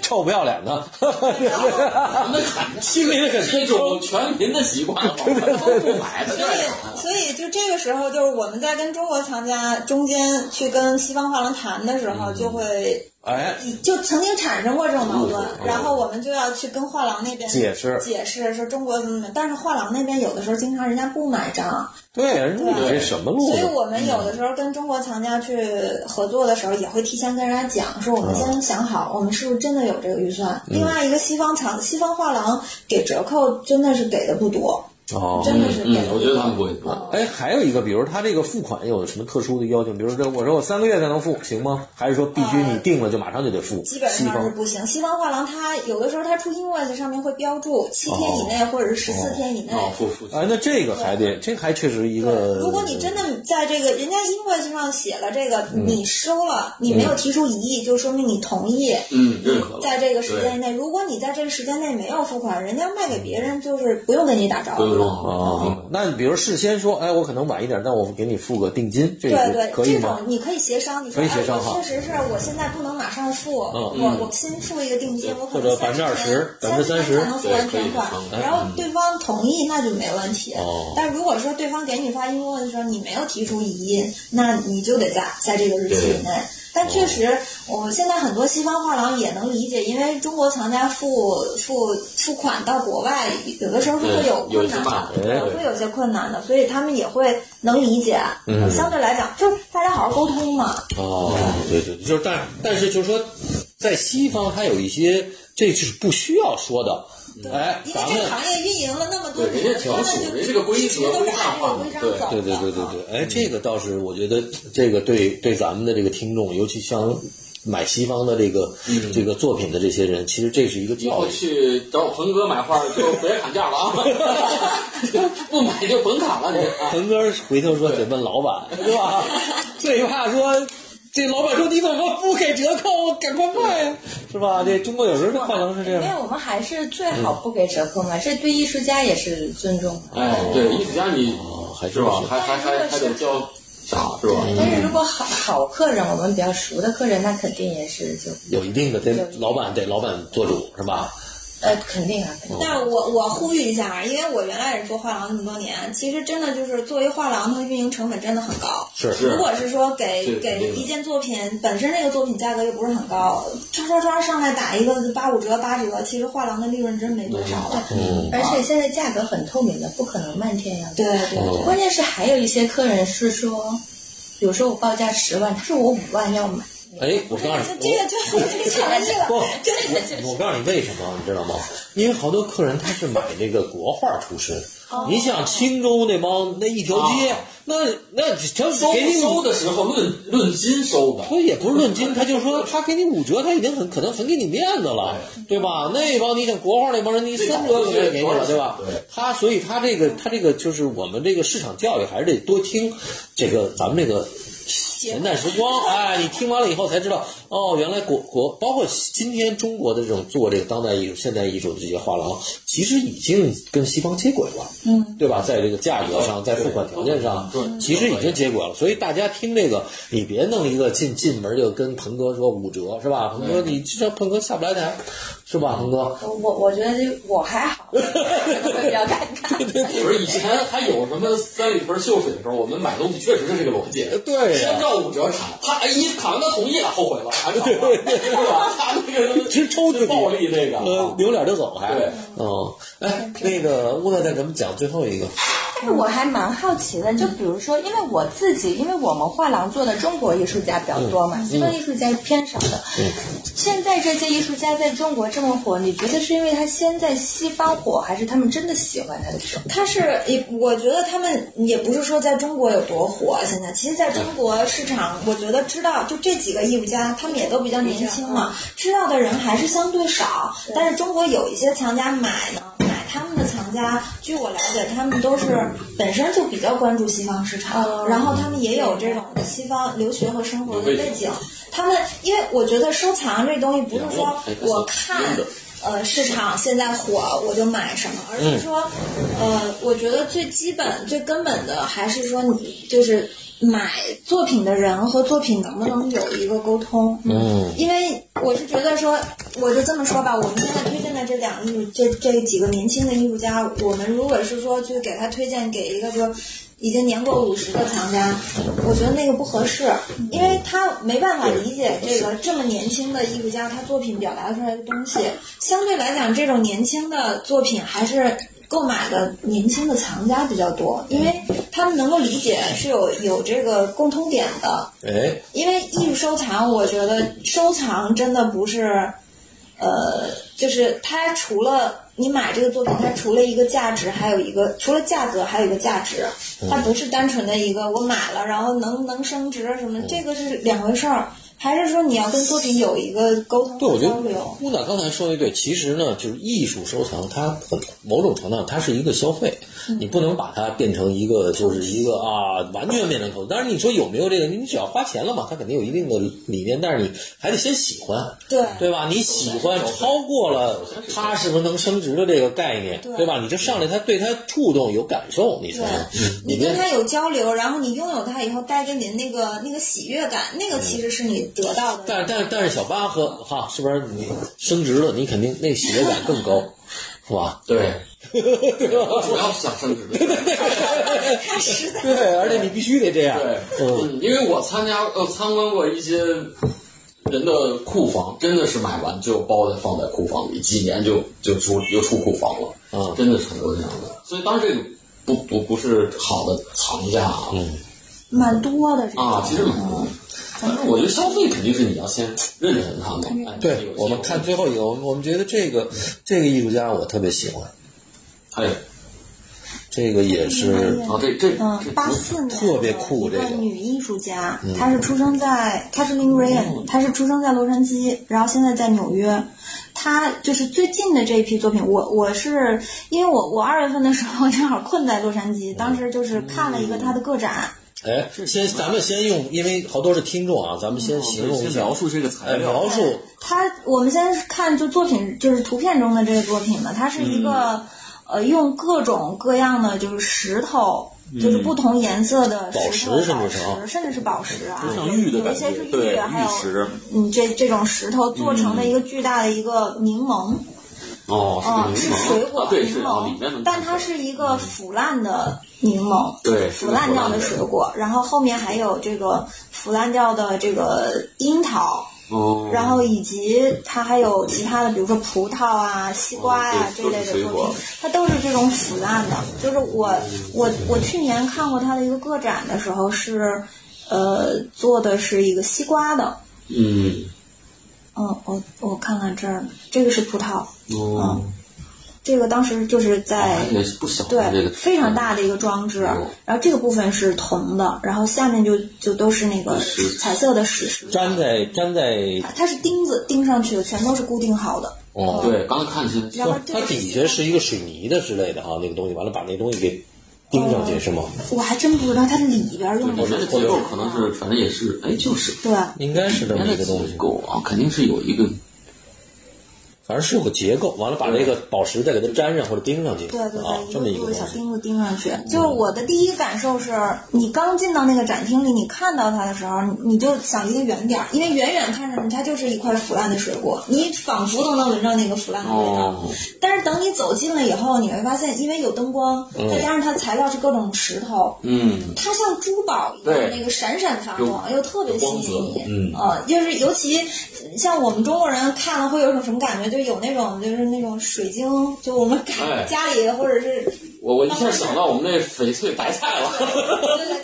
Speaker 1: 臭不要脸的，
Speaker 2: 咱们很心里很是一种全民的习惯了，对对对，不买的
Speaker 4: 所以，所以就这个时候，就是我们在跟中国藏家中间去跟西方画廊谈的时候，
Speaker 1: 嗯
Speaker 4: 就会
Speaker 1: 哎，
Speaker 4: 就曾经产生过这种矛盾，然后我们就要去跟画廊那边
Speaker 1: 嗯解释
Speaker 4: 解释说中国怎么怎么，但是画廊那边有的时候经常人家不买账，
Speaker 1: 对，人说你这什么路
Speaker 4: 所以
Speaker 1: 子？
Speaker 4: 我们有的时候跟中国藏家去合作的时候，也会提前跟人家讲，说我
Speaker 1: 嗯
Speaker 4: 们先想好，我们是不是真的有这个预算。另外一个西方藏西方画廊给折扣真的是给的不多，
Speaker 1: 哦，
Speaker 4: 真的是给
Speaker 2: 嗯，
Speaker 4: 的
Speaker 2: 我
Speaker 4: 不
Speaker 2: 觉得
Speaker 4: 多。
Speaker 2: 他们不会做。
Speaker 1: 哎，还有一个，比如他这个付款有什么特殊的要求？比如说，我说我三个月才能付，行吗？还是说必须你定了就马上就得付？
Speaker 4: 基本
Speaker 1: 西
Speaker 4: 上是
Speaker 1: 方
Speaker 4: 不行。西方画廊它有的时候它出 invoice 上面会标注七天以内或者是十四天以内。
Speaker 2: 哦，呃付付
Speaker 1: 哎，那这个还得，这还确实一个。
Speaker 4: 对，如果你真的在这个人家 invoice 上写了这个，
Speaker 2: 嗯
Speaker 4: 你收了，你没有提出异议，就说明你同意。
Speaker 2: 嗯，认可了。
Speaker 4: 在这个时间内，如果你在这个时间内没有付款，人家卖给别人就是不用跟你打招
Speaker 2: 不用
Speaker 4: 呼。
Speaker 2: 说
Speaker 1: 哦
Speaker 2: 啊，，
Speaker 1: 那你比如事先说，哎，我可能晚一点，但我给你付个定金，这
Speaker 4: 对
Speaker 1: 个
Speaker 4: 对，
Speaker 1: 可以
Speaker 4: 这
Speaker 1: 吗
Speaker 4: 种？你可以协商，你说
Speaker 1: 可以协商
Speaker 4: 哎
Speaker 1: 哈
Speaker 4: 我确实是我现在不能马上付，
Speaker 1: 嗯
Speaker 4: 我我先付一个定金，我可
Speaker 1: 或者
Speaker 4: 能三
Speaker 1: 20%
Speaker 4: 三
Speaker 1: 30%
Speaker 4: 才能付完
Speaker 2: 对可以
Speaker 4: 全款
Speaker 2: 商，量
Speaker 4: 然后对方同意那就没问题
Speaker 1: 嗯哦。
Speaker 4: 但如果说对方给你发 invoice 的时候你没有提出异议，那你就得在在这个日期以内。但确实，我现在很多西方画廊也能理解，因为中国藏家付付付款到国外，有的时候是会有
Speaker 2: 对有
Speaker 4: 困难
Speaker 2: 慢
Speaker 4: 的，
Speaker 2: 回
Speaker 4: 对会有些困难的，所以他们也会能理解。嗯，相对来讲，就是大家好好沟通嘛。
Speaker 1: 哦，对对，对就是但但是就是说，在西方它有一些这就是不需要说的，哎，
Speaker 4: 因为
Speaker 1: 咱
Speaker 4: 这个
Speaker 1: 们。
Speaker 4: 行业运营了那么多
Speaker 2: 对，人
Speaker 4: 年，
Speaker 2: 家
Speaker 4: 他
Speaker 2: 条
Speaker 4: 们
Speaker 2: 属，
Speaker 4: 就
Speaker 2: 人家这个规
Speaker 4: 一直
Speaker 2: 则
Speaker 4: 都
Speaker 2: 规
Speaker 4: 是
Speaker 2: 范
Speaker 4: 按这
Speaker 2: 化
Speaker 4: 个
Speaker 2: 嘛
Speaker 4: 规，章
Speaker 2: 对。
Speaker 4: 走的。
Speaker 1: 对对对对
Speaker 4: 嗯
Speaker 1: 对，哎，这个倒是我觉得这个对对咱们的这个听众，尤其像买西方的这个、
Speaker 4: 嗯
Speaker 1: 这个作品的这些人，其实这是一个
Speaker 2: 以
Speaker 1: 教
Speaker 2: 后
Speaker 1: 育。
Speaker 2: 去找我鹏哥买画，就别砍价了啊！不买就甭砍了，你啊！
Speaker 1: 鹏哥回头说得问老板，对吧？最怕说。这老板说：“你怎么不给折扣？我赶快卖呀，是吧？”这中国有时候这画廊是这
Speaker 3: 因为
Speaker 1: 样。
Speaker 3: 我们还是最好不给折扣嘛，这对艺术家也是尊重的。
Speaker 2: 哎，对，艺术家你
Speaker 1: 哦还
Speaker 2: 是吧？还还还还得交啥是吧？
Speaker 1: 嗯
Speaker 3: 但是如果好好客人，我们比较熟的客人，那肯定也是就
Speaker 1: 有一定的，得老板得老板做主，是吧？
Speaker 3: 呃，肯定啊，肯定。
Speaker 4: 但是我我呼吁一下啊，因为我原来也是做画廊那么多年，其实真的就是作为画廊，它的运营成本真的很高。
Speaker 1: 是
Speaker 2: 是
Speaker 4: 如果是说
Speaker 2: 对
Speaker 4: 给
Speaker 2: 肯定
Speaker 4: 给
Speaker 2: 的
Speaker 4: 一件作品本身这个作品价格又不是很高，唰唰唰上来打一个八五折八折，其实画廊的利润真没多
Speaker 2: 嗯
Speaker 4: 少了。
Speaker 3: 而且现在价格很透明的，不可能漫天要价。
Speaker 4: 对对对，
Speaker 3: 关键是还有一些客人是说，比如说我报价十万，他说我五万要买，
Speaker 1: 哎，我告诉
Speaker 4: 这
Speaker 1: 你，
Speaker 4: 这个就这个尝试了，
Speaker 1: 不，
Speaker 4: 真的就
Speaker 1: 我我告诉你为什么，你知道吗？因为好多客人他是买这个国画出身。你想青州那帮那一条街，那那他
Speaker 2: 收
Speaker 1: 给你
Speaker 2: 收
Speaker 1: 五，
Speaker 2: 的时候论论斤收的，
Speaker 1: 他也不是论斤，他就说他给你五折，他已经很可能很给你面子了，对吧？那帮你想国画那帮人，你三折就给你了，对吧？
Speaker 2: 对
Speaker 1: 他所以他这个他这个就是我们这个市场教育还是得多听这个咱们这个前代时光，哎，你听完了以后才知道，哦，原来国国包括今天中国的这种做这个当代艺术、现代艺术的这些画廊，其实已经跟西方接轨了，嗯，对吧？在这个价格上，在付款条件上，
Speaker 2: 对对
Speaker 1: 其实已经接轨了。所以大家听这个，你别弄一个进进门就跟鹏哥说五折是吧？鹏哥，你至少鹏哥下不来台，是吧？鹏哥，
Speaker 3: 我我我觉得这我还 好，会比较尴尬。
Speaker 2: 不是以前还有什么三里屯秀水的时候，我们买东西确实是这个逻辑。
Speaker 1: 对啊呀、
Speaker 2: 先照五折砍，他哎一砍完他同意了，后悔了，砍少了，是吧？他那个
Speaker 1: 直抽自己
Speaker 2: 暴力那个，
Speaker 1: 呃，扭脸就走还，
Speaker 2: 啊对
Speaker 1: 嗯，哎，那个乌娜再给我们讲最后一个，
Speaker 3: 但是我还蛮好奇的，就比如说，因为我自己，因为我们画廊做的中国艺术家比较多嘛，西方艺术家偏少的。现在这些艺术家在中国这么火，你觉得是因为他先在西方火，还是他们真的喜欢他的这种？
Speaker 4: 他是也，我觉得他们也不是说在中国有多火，啊现在其实在中国市场，我觉得知道就这几个艺术家，他们也都比较年轻嘛，知道的人还是相对少。但是中国有一些藏家买呢，买他们的藏家，据我了解，他们都是本身就比较关注西方市场，然后他们也有这种西方留学和生活的背景。他们因为我觉得收藏这东西哎不是说我看。呃，市场现在火，我就买什么，而是说，呃，我觉得最基本、最根本的还是说，你就是买作品的人和作品能不能有一个沟通。嗯，因为我是觉得说，我就这么说吧，我们现在推荐的这两艺这这几个年轻的艺术家，我们如果是说去给他推荐给一个说。已经年过五十的藏家，我觉得那个不合适，因为他没办法理解这个这么年轻的艺术家他作品表达出来的东西。相对来讲，这种年轻的作品还是购买的年轻的藏家比较多，因为他们能够理解是有有这个共通点的。
Speaker 1: 哎，
Speaker 4: 因为艺术收藏，我觉得收藏真的不是，呃，就是它除了你买这个作品，它除了一个价值，还有一个除了价格，还有一个价值，
Speaker 1: 嗯
Speaker 4: 它不是单纯的一个我买了然后能能升值什么，
Speaker 1: 嗯
Speaker 4: 这个是两回事儿，还是说你要跟作品有一个沟通
Speaker 1: 对，我
Speaker 4: 和
Speaker 1: 觉
Speaker 4: 交
Speaker 1: 得
Speaker 4: 流？
Speaker 1: 乌娜刚才说的对，其实呢，就是艺术收藏，它某种程度上它是一个消费，
Speaker 4: 嗯
Speaker 1: 你不能把它变成一个就是一个啊，完全变成投资。当然，你说有没有这个，你只要花钱了嘛，它肯定有一定的理念，但是你还得先喜欢，
Speaker 4: 对
Speaker 1: 对吧？你喜欢超过了它是不是能升值的这个概念，
Speaker 4: 对
Speaker 1: 对吧？你就上来，它对它触动有感受，你才嗯
Speaker 4: 对
Speaker 1: 能，
Speaker 4: 你
Speaker 1: 别
Speaker 4: 跟他有交流，然后你拥有它以后带给你那个那个喜悦感，
Speaker 1: 嗯
Speaker 4: 那个其实是你得到的。
Speaker 1: 但但但是小八和哈是不是你升值了，你肯定那喜悦感更高，是吧？
Speaker 2: 对，我主要是想升职的。
Speaker 4: 他实在
Speaker 1: 对，而且你必须得这样。
Speaker 2: 对，
Speaker 1: 嗯，
Speaker 2: 嗯，因为我参加呃参观过一些人的库房，真的是买完就包在放在库房里，几年就就出又出库房了，
Speaker 1: 嗯
Speaker 2: 真的是很多这样的。所以当然这个不不不是好的藏家啊，
Speaker 1: 嗯
Speaker 4: 嗯蛮多的，
Speaker 2: 啊，其实蛮多的。但是我觉得消费肯定是你要先认识他们，哎
Speaker 1: 对，我们看，最后一个，我们我们觉得这个这个艺术家我特别喜欢，
Speaker 2: 哎，
Speaker 1: 这个也是
Speaker 2: 啊，这这
Speaker 4: 嗯
Speaker 2: 这，
Speaker 4: 八四年
Speaker 1: 特别酷这
Speaker 4: 的
Speaker 1: 个嗯
Speaker 4: 一个女艺术家，她是出生在，她是 Lynn r a n 她是出生在洛杉矶，然后现在在纽约。她就是最近的这一批作品，我我是因为我我二月份的时候 正好困在洛杉矶，当时就是看了一个她的个展，
Speaker 1: 哎，先咱们先用，因为好多是听众啊，咱们
Speaker 4: 嗯
Speaker 1: 先形容一下，
Speaker 5: 述这个材
Speaker 1: 哎，描述
Speaker 4: 它我们先看就作品，就是图片中的这个作品嘛，它是一个、
Speaker 5: 嗯
Speaker 4: 呃用各种各样的就是石头。就是
Speaker 5: 嗯
Speaker 4: 不同颜色的
Speaker 1: 宝
Speaker 4: 石
Speaker 1: 石
Speaker 4: 头、
Speaker 1: 甚
Speaker 4: 宝
Speaker 1: 至是啊
Speaker 4: 石，甚至是宝石
Speaker 1: 哎
Speaker 4: 啊，
Speaker 5: 像玉的
Speaker 4: 有
Speaker 5: 感
Speaker 4: 一些
Speaker 5: 觉
Speaker 4: 是，
Speaker 5: 对，
Speaker 4: 玉，还
Speaker 5: 玉
Speaker 4: 有
Speaker 5: 石，
Speaker 4: 嗯这这种石头做成的一个巨大的一个柠檬，
Speaker 5: 哦，
Speaker 4: 啊，
Speaker 5: 是
Speaker 4: 是
Speaker 5: 柠檬
Speaker 4: 水果
Speaker 5: 啊对，
Speaker 4: 柠
Speaker 5: 是
Speaker 2: 哦
Speaker 5: 啊，里面
Speaker 4: 檬
Speaker 5: 能，
Speaker 4: 但它是一个腐烂的柠檬，
Speaker 5: 嗯对是
Speaker 4: 腐
Speaker 5: 个
Speaker 4: 烂
Speaker 5: 腐
Speaker 4: 掉
Speaker 5: 烂
Speaker 4: 的
Speaker 5: 的
Speaker 4: 水果，然后后面还有这个腐烂掉的这个樱桃，
Speaker 5: 哦，
Speaker 4: 然后以及它还有其他的，比如说葡萄啊、西瓜呀、
Speaker 5: 哦
Speaker 4: 这
Speaker 5: 对
Speaker 4: 类
Speaker 5: 都是
Speaker 4: 的
Speaker 5: 水
Speaker 4: 作
Speaker 5: 果
Speaker 4: 品，它都是这种腐烂的。就是我我我去年看过它的一个个展的时候是，呃，做的是一个西瓜的。
Speaker 2: 嗯，
Speaker 4: 嗯，我我看看这儿，这个是葡萄，
Speaker 2: 哦，
Speaker 4: 这个当时就是在
Speaker 2: 还是不小，这
Speaker 4: 对
Speaker 2: 个
Speaker 4: 非常大的一个装置
Speaker 2: 哦，
Speaker 4: 然后这个部分是铜的，然后下面就就都是那个
Speaker 2: 石
Speaker 4: 彩色的史实，
Speaker 1: 粘在粘在，
Speaker 4: 它是钉子钉上去的，全都是固定好的。
Speaker 1: 哦，
Speaker 2: 对，刚看起来
Speaker 4: 然后这
Speaker 1: 它
Speaker 4: 个
Speaker 1: 底下是一个水泥的之类的哈，那个东西，完了把那东西给钉上
Speaker 4: 哦
Speaker 1: 去是吗？
Speaker 4: 我还真不知道它里边用的
Speaker 2: 我
Speaker 4: 是
Speaker 2: 这个
Speaker 4: 什么
Speaker 2: 结构可能是，反正也是，哎，就是
Speaker 4: 对，
Speaker 1: 应该是这么一个东西
Speaker 2: 结，构啊，肯定是有一个
Speaker 1: 反正是有个结构，完了把这个宝石再给它粘上或者钉上去，
Speaker 4: 对对
Speaker 1: 啊
Speaker 4: 对，，
Speaker 1: 这么
Speaker 4: 一
Speaker 1: 一
Speaker 4: 个
Speaker 1: 个
Speaker 4: 个小
Speaker 1: 东西。
Speaker 4: 钉子钉上去。就是我的第一感受是，你刚进到那个展厅里，你看到它的时候，你你就想离得远点儿，因为远远看上去它就是一块腐烂的水果，你仿佛都能闻到那个腐烂的味道。
Speaker 2: 哦，
Speaker 4: 但是等你走近了以后，你会发现，因为有灯光，再加上它材料是各种石头，
Speaker 2: 嗯，
Speaker 4: 它像珠宝一样，
Speaker 2: 对
Speaker 4: 那个闪闪发光，又特别吸引你。
Speaker 2: 有光泽嗯
Speaker 4: 呃，就是尤其像我们中国人看了会有一种什么感觉，就有那种就是那种水晶，就我们感
Speaker 2: 哎
Speaker 4: 家里或者 是
Speaker 2: 我我一下想到我们那翡翠白菜了，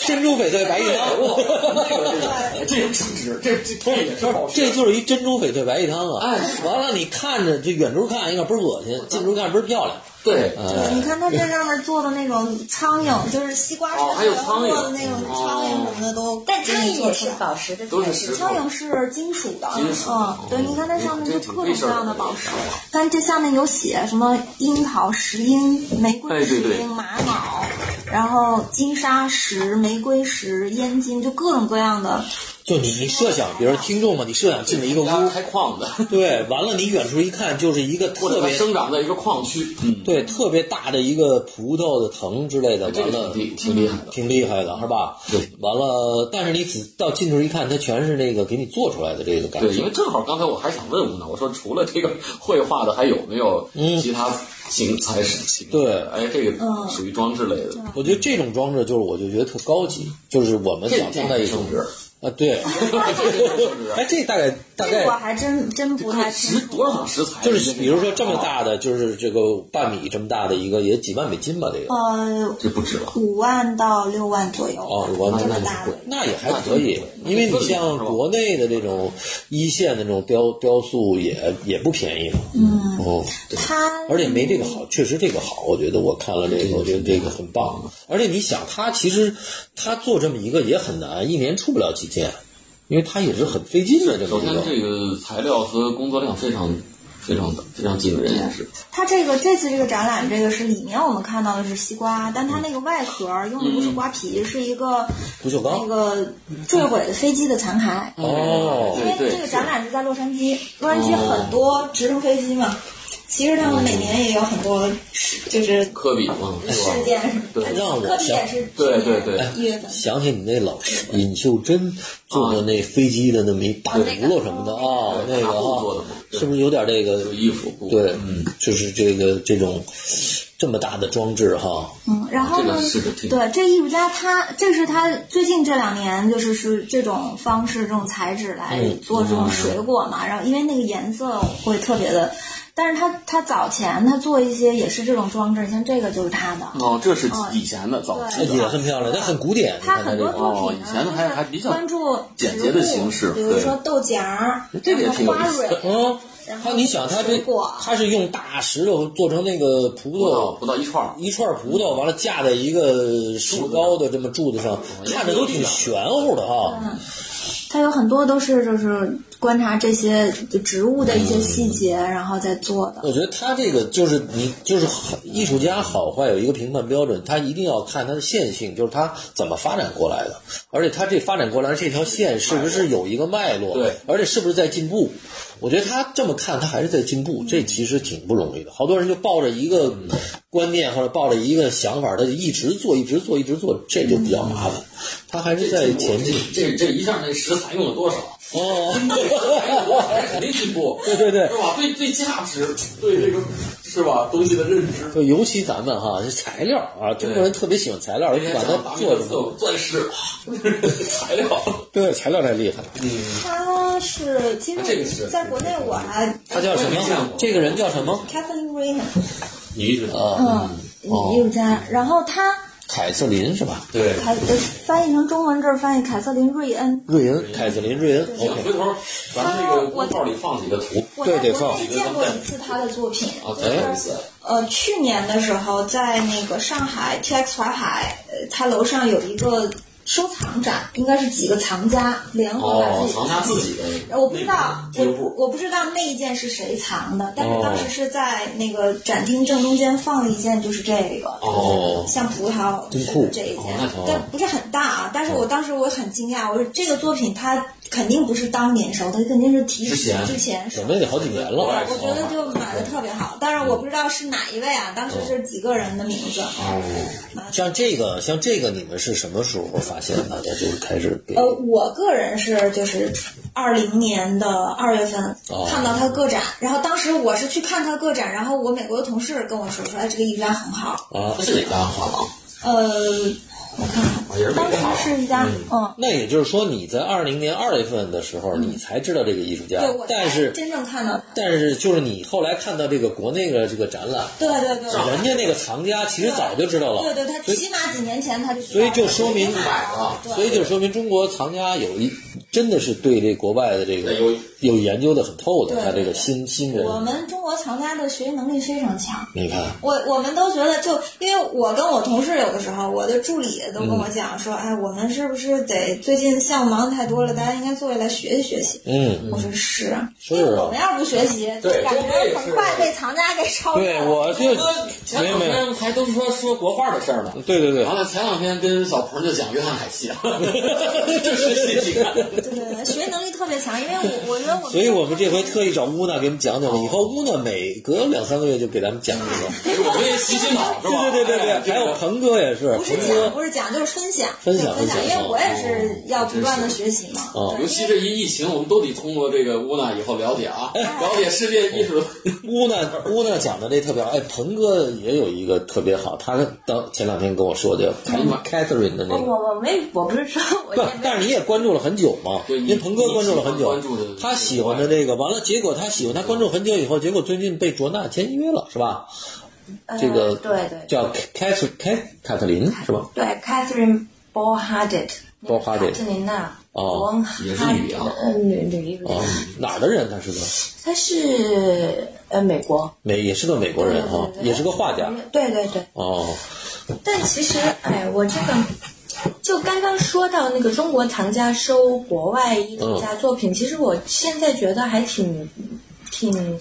Speaker 1: 珍珠翡翠白玉汤，
Speaker 2: 这个是指这这这也是宝石，
Speaker 1: 这就是一珍珠翡翠白玉汤啊！
Speaker 2: 哎
Speaker 1: 完了，你看着这远处看有点倍儿恶心，近处看倍儿漂亮。
Speaker 2: 对，
Speaker 4: 对，你
Speaker 1: 哎，
Speaker 4: 看它这上面做的那种苍蝇，就是西瓜
Speaker 2: 哦还有苍蝇
Speaker 4: 做的那种苍蝇什么的都，
Speaker 3: 哦但苍蝇也
Speaker 4: 也
Speaker 3: 是宝石的
Speaker 2: 都
Speaker 3: 材
Speaker 2: 是
Speaker 3: 质
Speaker 2: 石，
Speaker 4: 苍蝇是金属的，
Speaker 2: 金属
Speaker 4: 嗯，对，
Speaker 2: 哦
Speaker 4: 你看它上面就各种各样的宝石
Speaker 2: 这这这，
Speaker 4: 但这下面有写什么樱桃石英、玫瑰
Speaker 2: 哎
Speaker 4: 石
Speaker 2: 对对
Speaker 4: 英、玛瑙，然后金沙石、玫瑰石、燕金，就各种各样的。
Speaker 1: 就你你设想，比如说听众嘛，你设想进了一个
Speaker 2: 家
Speaker 1: 屋，
Speaker 2: 开矿的，
Speaker 1: 对，完了你远处一看就是一个
Speaker 2: 或
Speaker 1: 特
Speaker 2: 者它
Speaker 1: 别
Speaker 2: 生长在一个矿区，嗯，
Speaker 1: 对特别大的一个葡萄的藤之类的，
Speaker 2: 这
Speaker 1: 完
Speaker 2: 个
Speaker 1: 了
Speaker 2: 挺厉挺厉害的，
Speaker 1: 挺厉害的，是吧？
Speaker 2: 对
Speaker 1: 完了，但是你只到近处一看，它全是那个给你做出来的这个感
Speaker 2: 对，因
Speaker 1: 觉
Speaker 2: 为。正好刚才我还想问问呢，我说除了这个绘画的，还有没有其他形材形？
Speaker 1: 嗯对嗯
Speaker 2: 哎，这个
Speaker 4: 嗯
Speaker 2: 属于装置类的，
Speaker 1: 我觉得这种装置就是，我就觉得特高级，就是我们想放在一种
Speaker 2: 种植，
Speaker 1: 啊，对，哎，这大概大
Speaker 4: 这个我
Speaker 1: 概
Speaker 4: 还真真不太清
Speaker 2: 食
Speaker 4: 楚。
Speaker 2: 多少食材？哦
Speaker 1: 就是比如说这么，大的，就是这个半米这么大的一个，也几万美金吧，这个
Speaker 4: 呃，
Speaker 2: 这不止吧？
Speaker 4: 五万到六万左右。
Speaker 1: 哦，我
Speaker 4: 这么大的
Speaker 1: 那也还可以，因为你像国内的这种一线的这种雕雕塑也也不便宜嘛，嗯，哦，对。
Speaker 4: 它
Speaker 1: 而且没这个好，确实这个好，我觉得我看了这个，我觉得这个很棒。而且你想，他其实他做这么一个也很难，一年出不了几件，因为他也是很费劲的这么
Speaker 2: 首
Speaker 1: 一
Speaker 2: 先
Speaker 1: 个。
Speaker 2: 这个材料和工作量非常非常非常惊人，也是
Speaker 4: 它这个这次这个展览，这个是里面我们看到的是西瓜，但它
Speaker 1: 嗯
Speaker 4: 那个外壳用的不是瓜皮，是一个
Speaker 1: 不锈
Speaker 4: 那
Speaker 1: 钢
Speaker 4: 个坠毁的飞机的残骸。
Speaker 1: 哦
Speaker 4: 因为
Speaker 2: 对对，
Speaker 4: 这个展览是在洛杉矶，洛杉矶很多直升飞机嘛，其实他们每年也有很多就是
Speaker 2: 科比嘛，是吧
Speaker 4: 事件什么
Speaker 2: 对
Speaker 4: 的。
Speaker 1: 让
Speaker 4: 科
Speaker 1: 我
Speaker 4: 比
Speaker 1: 想
Speaker 4: 也是
Speaker 2: 对对对，
Speaker 1: 哎
Speaker 4: 一月份，
Speaker 1: 想起你那老尹秀珍做的那飞机的那么一大轱辘什么的啊，那
Speaker 2: 对
Speaker 1: 个
Speaker 2: 大布做
Speaker 1: 啊
Speaker 2: 的嘛，对
Speaker 1: 是不是有点这个
Speaker 2: 有衣服布
Speaker 1: 对，
Speaker 2: 嗯，
Speaker 1: 就是这个这种这么大的装置哈，
Speaker 4: 嗯，然后呢
Speaker 2: 这个是个挺，
Speaker 4: 对这艺术家他这是他最近这两年就是是这种方式、这种材质来
Speaker 2: 嗯
Speaker 4: 做这种水果嘛，然后因为那个颜色会特别的，但是他他早前他做一些也是这种装置，像这个就是他的，
Speaker 2: 哦，这是以前的早期
Speaker 1: 哎
Speaker 4: 对
Speaker 2: 的
Speaker 1: 也很漂亮，但很古典。你
Speaker 4: 他
Speaker 1: 看它
Speaker 4: 很
Speaker 1: 这
Speaker 4: 多
Speaker 1: 个，
Speaker 4: 作品呢，
Speaker 2: 哦以前的还
Speaker 4: 就是
Speaker 2: 还比较
Speaker 4: 关注
Speaker 2: 简洁的形式
Speaker 4: 植物比如
Speaker 2: 对哎
Speaker 4: 说豆荚儿，
Speaker 2: 这个也
Speaker 4: 然后
Speaker 2: 挺有
Speaker 4: 花
Speaker 2: 意思
Speaker 4: 蕊，
Speaker 1: 嗯，
Speaker 4: 然后
Speaker 1: 他你想他这
Speaker 4: 水果
Speaker 1: 他是用大石头做成那个葡
Speaker 2: 葡萄
Speaker 1: 萄
Speaker 2: 葡萄一串儿，
Speaker 1: 一串葡萄，完了架在一个石膏的这么柱子上，看着都挺玄乎的哈。
Speaker 4: 它有很多都是就是观察这些就植物的一些细
Speaker 2: 嗯
Speaker 4: 节，然后再做的。
Speaker 1: 我觉得他这个就是你就是艺术家好坏有一个评判标准，他一定要看他的线性，就是他怎么发展过来的，而且他这发展过来这条线是不是有一个脉络，
Speaker 2: 对
Speaker 1: 而且是不是在进步。我觉得他这么看，他还是在进步，这其实挺不容易的。好多人就抱着一个观念或者抱着一个想法，他就一直做，一直做，一直做，这就比较麻烦。他还是在前进。
Speaker 2: 这这一下那食材用了多少？
Speaker 1: 哦，
Speaker 2: 肯定进步，
Speaker 1: 对对对
Speaker 2: 是吧？对对价值，对这个是吧东西的认知，
Speaker 1: 就尤其咱们哈，这材料啊，中国人特别喜欢材料，
Speaker 2: 而
Speaker 1: 你
Speaker 2: 且
Speaker 1: 管它
Speaker 2: 哎咱
Speaker 1: 做什
Speaker 2: 这
Speaker 1: 么，
Speaker 2: 种钻石 哇材料，嗯
Speaker 1: 对，材料太厉害。
Speaker 4: 它是其
Speaker 2: 这个
Speaker 4: 实
Speaker 2: 是嗯
Speaker 4: 在国内我还
Speaker 1: 他叫什
Speaker 2: 我也没见
Speaker 4: 嗯
Speaker 1: 么
Speaker 2: 过？
Speaker 1: 这个人叫什么？
Speaker 4: Catherine Green，
Speaker 2: 你一直
Speaker 1: 啊，
Speaker 2: 哦
Speaker 4: 嗯，艺术家，然后他
Speaker 1: 凯瑟琳是吧？
Speaker 2: 对，
Speaker 4: 凯呃翻译成中文这儿翻译凯瑟琳瑞恩，
Speaker 1: 瑞恩，凯瑟琳瑞恩
Speaker 2: 行，
Speaker 1: ，OK，
Speaker 2: 回头咱们这个公号里放几个图
Speaker 4: 我
Speaker 1: 对
Speaker 4: 在
Speaker 1: 得
Speaker 4: 国
Speaker 1: 放
Speaker 4: 内见过一次他的作品。
Speaker 2: 啊，咱有意思。
Speaker 4: 呃，去年的时候在那个上海 TX 华海，呃，他楼上有一个收藏展，应该是几个藏家联合把自
Speaker 2: 哦，
Speaker 4: 己
Speaker 2: 藏家自己的
Speaker 4: 然后我不知道，
Speaker 2: 俱乐
Speaker 4: 我
Speaker 2: 部
Speaker 4: 我不知道那一件是谁藏的，但
Speaker 1: 哦
Speaker 4: 是当时是在那个展厅正中间放了一件，就是这个，
Speaker 2: 哦
Speaker 4: 就是像葡萄
Speaker 1: 真
Speaker 4: 是
Speaker 1: 酷
Speaker 4: 这一件
Speaker 2: 哦那挺好，哦
Speaker 4: 但不是很大啊。但是我当时我很惊讶，我说这个作品它肯定不是当年收，它肯定是提
Speaker 2: 之前
Speaker 4: 之前收
Speaker 1: 准。备得好几年
Speaker 4: 我
Speaker 1: 了。
Speaker 4: 我觉得就买的特别好，但是我不知道是哪一位啊，当时是几个人的名字。
Speaker 2: 哦，
Speaker 1: 像这个，像这个，你们是什么时候发现大家就是开始给
Speaker 4: 呃，我个人是就是二零年的二月份
Speaker 1: 哦
Speaker 4: 看到他个展，然后当时我是去看他个展，然后我美国的同事跟我说说，哎，这个艺术家很好。
Speaker 1: 啊
Speaker 2: 这？是哪家画廊？
Speaker 4: 呃，我看看，
Speaker 2: 啊，也是美
Speaker 4: 当
Speaker 2: 国画
Speaker 4: 时
Speaker 2: 廊。
Speaker 4: 是一家，嗯，
Speaker 1: 那也就是说，你在二零年二月份的时候，你才知道这个艺术家
Speaker 4: 对，我，
Speaker 1: 但
Speaker 4: 才
Speaker 1: 是
Speaker 4: 真正看到他，
Speaker 1: 但是就是你后来看到这个国内的这个展览，
Speaker 4: 对对对，
Speaker 1: 人家那个藏家其实早就知道了，
Speaker 4: 啊对对，他
Speaker 1: 所以
Speaker 4: 起码几年前他就知道
Speaker 1: 所以就
Speaker 4: 了
Speaker 1: 说明啊
Speaker 4: 已经买了，对
Speaker 1: 所以就说明中国藏家有一真的是对这国外的这个
Speaker 2: 有
Speaker 1: 有研究的很透的，
Speaker 4: 对
Speaker 1: 他这个新新人，
Speaker 4: 我们中国藏家的学习能力非常强。
Speaker 1: 你看
Speaker 4: 我我们都觉得就，因为我跟我同事有的时候，我的助理都跟我
Speaker 1: 嗯
Speaker 4: 讲说，哎，我们是不是得最近项目忙得太多了，大家应该坐下来学习学习。
Speaker 1: 嗯，
Speaker 4: 我说是，
Speaker 1: 是
Speaker 4: 因为我
Speaker 1: 啊
Speaker 4: 们，要不学习，就
Speaker 2: 对
Speaker 4: 感
Speaker 2: 我也
Speaker 4: 觉
Speaker 2: 是
Speaker 4: 很快被藏家给超越
Speaker 1: 对
Speaker 4: 了。
Speaker 1: 我就
Speaker 2: 前
Speaker 1: 没有
Speaker 2: 两
Speaker 1: 没有，
Speaker 2: 天还都说说国画的事儿呢。
Speaker 1: 对对 对
Speaker 2: 完，了，前两天跟小鹏就讲约翰海西啊， 就是新体感。
Speaker 4: 对对对，学习能力特别强，因为我我觉得我们
Speaker 1: 所以我们这回特意找乌娜给我们讲讲，以后乌娜每隔两三个月就给咱们讲一个，
Speaker 2: 我们也洗洗脑是吧？
Speaker 1: 对对对对
Speaker 2: 哎
Speaker 1: 对，还有鹏哥也是，
Speaker 4: 不是
Speaker 1: 鹏
Speaker 4: 讲
Speaker 1: 哥
Speaker 4: 不是讲就是分享
Speaker 1: 分享
Speaker 4: 对分
Speaker 1: 分
Speaker 4: 因
Speaker 1: 享
Speaker 4: 为我也是要不断的学习嘛。
Speaker 1: 哦
Speaker 2: 尤其这一疫情，我们都得通过这个乌娜以后了解啊，
Speaker 3: 哎
Speaker 2: 了解世界艺术。
Speaker 1: 乌娜乌娜讲的这特别好，哎，鹏哥也有一个特别好，他当前两天跟我说的凯
Speaker 4: 嗯
Speaker 1: Catherine 的那个。
Speaker 3: 我我没我不是说我
Speaker 1: 不
Speaker 3: 也，没
Speaker 1: 但是你也关注了很久嘛，
Speaker 2: 对
Speaker 1: 因
Speaker 2: 你
Speaker 1: 为鹏哥关注了很久
Speaker 2: 你喜欢关注的，
Speaker 1: 他喜欢的这个，完了，结果他喜欢他关注很久以后，结果最近被卓纳签约了，是吧？
Speaker 3: 呃
Speaker 1: 这个
Speaker 3: 对对
Speaker 1: 叫凯特凯凯特琳是吧？
Speaker 3: 对，Catherine b o r h a d e t
Speaker 1: Borhardt
Speaker 3: 特琳娜，
Speaker 1: 哦
Speaker 2: 也是女 啊
Speaker 3: 呃，女女艺术家
Speaker 1: 啊，，哪儿的人？他是个
Speaker 3: 她是呃美国
Speaker 1: 美，也是个美国人啊，也是个画家
Speaker 3: 对对对，
Speaker 1: 哦。
Speaker 3: 但其实哎，我这个。就刚刚说到那个中国藏家收国外艺术家作品，其实我现在觉得还挺挺，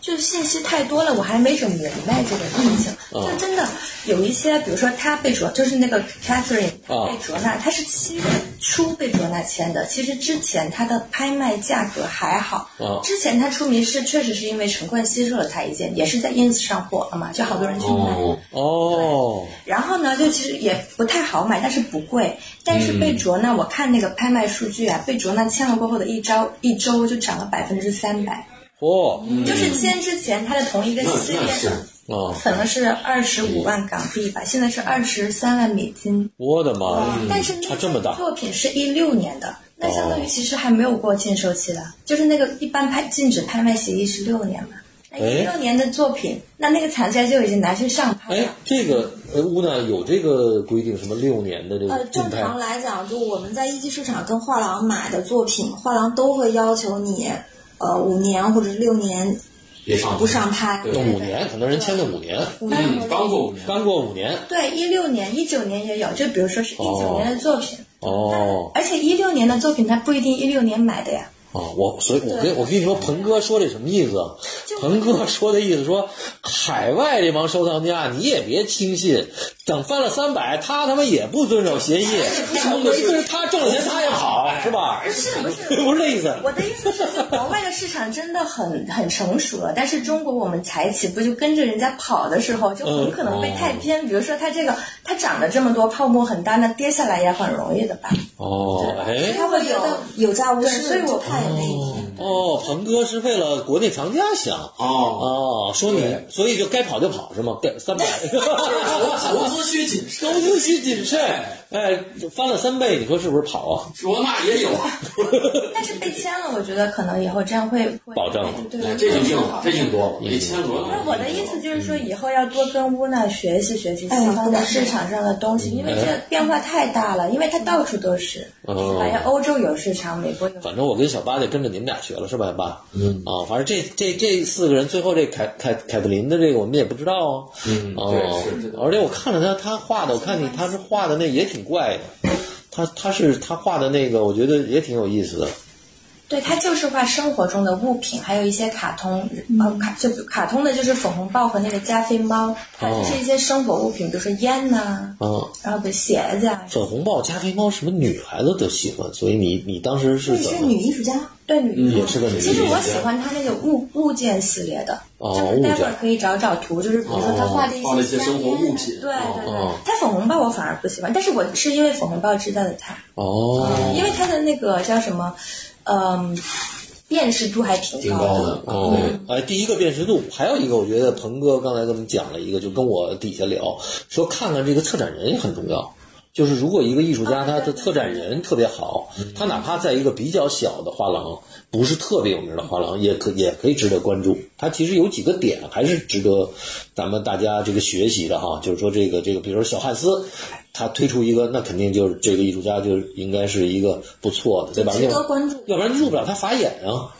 Speaker 3: 就信息太多了，我还没整明白这个事情。
Speaker 1: 嗯
Speaker 3: 就真的有一些，比如说他被卓，就是那个 Catherine
Speaker 1: 啊
Speaker 3: 被卓纳，他是七月初被卓纳签的。其实之前他的拍卖价格还好，
Speaker 1: 啊
Speaker 3: 之前他出名是确实是因为陈冠希收了他一件，也是在 ins 上火了嘛，就好多人去买。
Speaker 2: 哦，
Speaker 1: 哦，
Speaker 3: 然后呢，就其实也不太好买，但是不贵。但是贝卓呢，我看那个拍卖数据啊，贝卓呢签了过后的一周一周就涨了百分之三百，
Speaker 1: 嚯哦
Speaker 3: 就是签之前它的同一个
Speaker 2: 那
Speaker 3: 系列
Speaker 2: 那是，
Speaker 1: 啊！
Speaker 3: 可能是二十五万港币吧，现在是二十三万美金。
Speaker 1: 我的妈呀，
Speaker 3: 嗯但是那
Speaker 1: 差嗯这么
Speaker 3: 个
Speaker 1: 大
Speaker 3: 作品是一六年的，那相当于其实还没有过禁售期的，就是那个一般拍禁止拍卖协议是六年嘛。那一六年的作品，那那个藏家就已经拿去上拍
Speaker 1: 哎
Speaker 3: 了。，
Speaker 1: 这个呃乌娜有这个规定，什么六年的这
Speaker 4: 呃
Speaker 1: 个，竞
Speaker 4: 正
Speaker 1: 拍
Speaker 4: 常来讲，就我们在一级市场跟画廊买的作品，画廊都会要求你，呃，五年或者是六年
Speaker 2: 别上
Speaker 4: 不上拍。
Speaker 2: 对
Speaker 1: 要五年，可能人签了五年，
Speaker 4: 五年
Speaker 2: 嗯，刚过五年，
Speaker 1: 刚过五年
Speaker 3: 对，一六年、一九年也有，就比如说是一九年的作品，
Speaker 1: 哦。
Speaker 3: 而且一六年的作品它不一定一六年买的呀。
Speaker 1: 啊，我所以，我跟我跟你说，鹏哥说这什么意思啊？鹏哥说的意思说，海外这帮收藏家你也别轻信，等翻了三百，他他妈也不遵守协议，哎就是他挣了钱他也跑，是吧？ 不是
Speaker 3: 不是
Speaker 1: 不是这意思。
Speaker 3: 我的意思是，国外的市场真的很很成熟了，但是中国我们才起步就跟着人家跑的时候，就很可能被太偏。比如说它这个它涨了这么多，泡沫很大，那跌下来也很容易的吧？
Speaker 1: 哦，哎，
Speaker 4: 他会有有价无市，
Speaker 3: 对所以我
Speaker 4: 看有那一天。
Speaker 1: 哦，鹏哥是为了国内藏家想。
Speaker 2: 哦，
Speaker 1: 哦，说你
Speaker 2: 对，
Speaker 1: 所 以就该跑就跑是吗？对，三百，
Speaker 2: 投资需谨慎，
Speaker 1: 投资需谨慎，哎，翻了三倍，你说是不是跑啊？
Speaker 2: 说那也有，啊
Speaker 3: 但是被签了，我觉得可能以后这样会会
Speaker 1: 保证了
Speaker 3: 对
Speaker 2: 哎
Speaker 3: 对，
Speaker 2: 这就
Speaker 3: 会
Speaker 2: 硬
Speaker 3: 好
Speaker 2: 了，这硬多了，你签多
Speaker 3: 不是
Speaker 2: 了。
Speaker 3: 我的意思，就是说
Speaker 1: 嗯
Speaker 3: 以后要多跟乌娜学习学习
Speaker 4: 哎呀
Speaker 3: 西方的市场上的东
Speaker 1: 嗯
Speaker 3: 西，因为这变化太大了，因为它到处都是，
Speaker 1: 哎哦
Speaker 3: 好像欧洲有市场，美国有。
Speaker 1: 反正我跟小八得跟着你们俩学了，是吧，爸？
Speaker 2: 嗯
Speaker 1: 啊，反正这这这四个人，最后这凯凯凯特琳的这个我们也不知道啊。
Speaker 2: 嗯，
Speaker 1: 哦
Speaker 2: 对，是这，个。
Speaker 1: 而且我看了他他画的，我看你他是画的那也挺怪的，他他是他画的那个，我觉得也挺有意思的。
Speaker 3: 对，它就是画生活中的物品，还有一些卡通，
Speaker 4: 嗯
Speaker 3: 呃，卡就卡通的就是粉红豹和那个加菲猫，它
Speaker 1: 哦
Speaker 3: 是一些生活物品，比如说烟呐、
Speaker 1: 啊，
Speaker 3: 然后比如鞋子啊，
Speaker 1: 粉红豹、加菲猫什么女孩子都喜欢，所以你你当时
Speaker 4: 这
Speaker 1: 是怎
Speaker 4: 是
Speaker 1: 么
Speaker 4: 女？艺术家，
Speaker 3: 对女
Speaker 1: 嗯也是个女艺
Speaker 3: 其实
Speaker 1: 术
Speaker 3: 我
Speaker 1: 家。
Speaker 3: 喜欢他那个物物件系列的，
Speaker 1: 哦
Speaker 3: 就是待会
Speaker 1: 物
Speaker 3: 儿
Speaker 1: 件
Speaker 3: 可以找找图，就是比如说他画的
Speaker 2: 哦画了一些
Speaker 3: 些
Speaker 2: 生活物品
Speaker 3: 对对
Speaker 1: 哦
Speaker 3: 对，他粉红豹我反而不喜欢，但是我是因为粉红豹知道的他，嗯
Speaker 1: 哦
Speaker 3: 因为他的那个叫什么，嗯，辨识度还挺
Speaker 2: 挺
Speaker 3: 高
Speaker 2: 高的。
Speaker 1: 哦，哎，第一个辨识度，还有一个我觉得鹏哥刚才跟我们讲了一个，就跟我底下聊说，看看这个策展人也很重要。就是如果一个艺术家他的策展人特别好，他哪怕在一个比较小的画廊，不是特别有名的画廊，也可也可以值得关注。他其实有几个点还是值得咱们大家这个学习的哈，就是说这个这个，比如说小汉斯，他推出一个，那肯定就是这个艺术家就应该是一个不错的，对吧？
Speaker 4: 值得关注。
Speaker 1: 要不然入不了他法眼啊，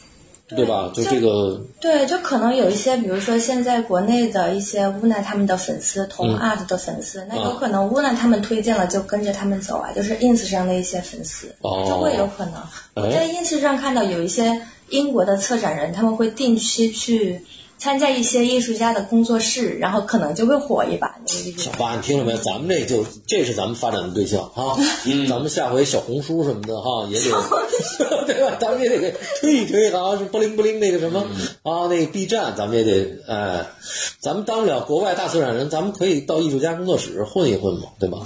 Speaker 1: 对吧？就
Speaker 3: 就
Speaker 1: 这个
Speaker 3: 对，就可能有一些，比如说现在国内的一些乌娜他们的粉丝，同
Speaker 1: 嗯
Speaker 3: art 的粉丝，那有
Speaker 1: 啊
Speaker 3: 可能乌娜他们推荐了就跟着他们走啊，就是 ins 上的一些粉丝，
Speaker 1: 哦
Speaker 3: 就会有可能。我
Speaker 1: 哎
Speaker 3: 在 ins 上看到有一些英国的策展人，他们会定期去参加一些艺术家的工作室，然后可能就会火一把。那个艺术
Speaker 1: 小
Speaker 3: 家
Speaker 1: 八，你听了没有？咱们这就这是咱们发展的对象哈、咱们下回小红书什么的哈、也得 对吧？咱们也得给推一推啊，是不灵不灵那个什么、啊，那个 B 站咱们也得哎，咱们当不了国外大策展人，咱们可以到艺术家工作室混一混嘛，对吧？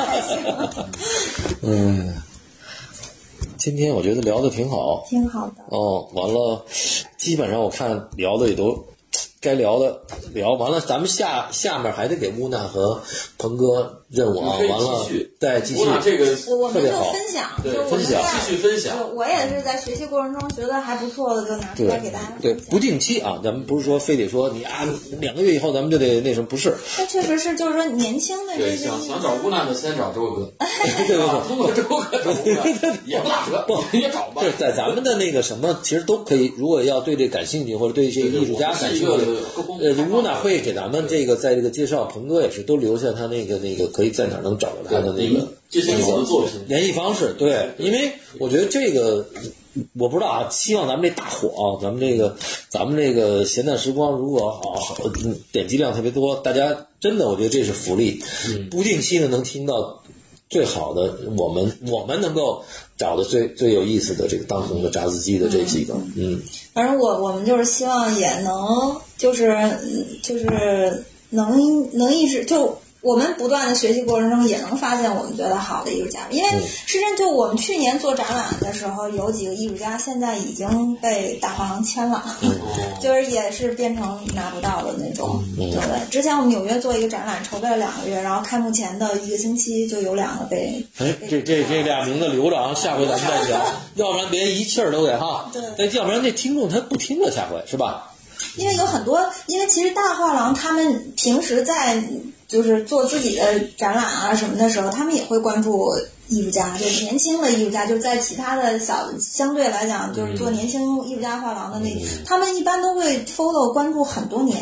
Speaker 1: 嗯，今天我觉得聊的挺好，
Speaker 4: 挺好的。
Speaker 1: 哦，完了，基本上我看聊的也都该聊的聊完了，咱们下下面还得给乌娜和鹏哥任务啊，
Speaker 2: 我们可以
Speaker 1: 完了
Speaker 2: 继续
Speaker 1: 再继续
Speaker 2: 我。俩这个
Speaker 4: 我我
Speaker 1: 特
Speaker 4: 们
Speaker 1: 别
Speaker 4: 就
Speaker 1: 好
Speaker 4: 分享，就
Speaker 2: 对
Speaker 4: 我们
Speaker 1: 分享
Speaker 4: 在
Speaker 2: 继续分享
Speaker 4: 我我也是在学习过程中觉得还不错的，就拿出来给
Speaker 1: 对
Speaker 4: 大家
Speaker 1: 对，
Speaker 4: 分享
Speaker 1: 不定期啊，咱们不是说非得说你啊，两个月以后咱们就得那什么， 不是，
Speaker 4: 但确实是，就是说年轻的这
Speaker 2: 对，
Speaker 4: 些
Speaker 2: 想想找乌娜的先找周哥，
Speaker 1: 对对对，
Speaker 2: 通过周哥找乌 娜也不打折，也找吧
Speaker 1: 对，。在咱们的那个什么，其实都可以。如果要对这感兴趣，或者对这个艺术家感兴
Speaker 2: 对
Speaker 1: 趣
Speaker 2: 对对我们，是一
Speaker 1: 呃
Speaker 2: 个，
Speaker 1: 乌娜会给咱们这个在这个介绍，鹏哥也是都留下他那个那个可以在哪儿能找到他
Speaker 2: 对
Speaker 1: 的那个。
Speaker 2: 这些好的作品，
Speaker 1: 联系方式，对，因为我觉得这个我不知道啊，希望咱们这大火啊，咱们这个咱们这个闲淡时光，如果好好嗯点击量特别多，大家真的我觉得这是福利，不定期的能听到。最好的，我们我们能够找的最最有意思的这个当红的炸子鸡的这几个，嗯，
Speaker 4: 反正我我们就是希望也能就是嗯就是能能一直就我们不断的学习过程中也能发现我们觉得好的艺术家，因
Speaker 3: 嗯
Speaker 4: 为
Speaker 2: 嗯
Speaker 4: 实际上就我们去年做展览的时候，有几个艺术家现在已经被大画廊签了， 就是也是变成拿不到的那种。对对，之前我们纽约做一个展览，筹备了两个月，然后开幕前的一个星期就有两个被
Speaker 1: 哎，这这这俩名字留着啊，下回咱们再聊， 要不然别一气儿都给哈，
Speaker 4: 对
Speaker 1: 哎要不然这听众他不听了，下回是吧？
Speaker 4: 因为有很多，因为其实大画廊他们平时在就是做自己的展览啊什么的时候，他们也会关注艺术家，就是年轻的艺术家，就是在其他的小相对来讲，就是
Speaker 2: 嗯
Speaker 4: 做年轻艺术家画廊的那，他们一般都会 follow 关注很多年，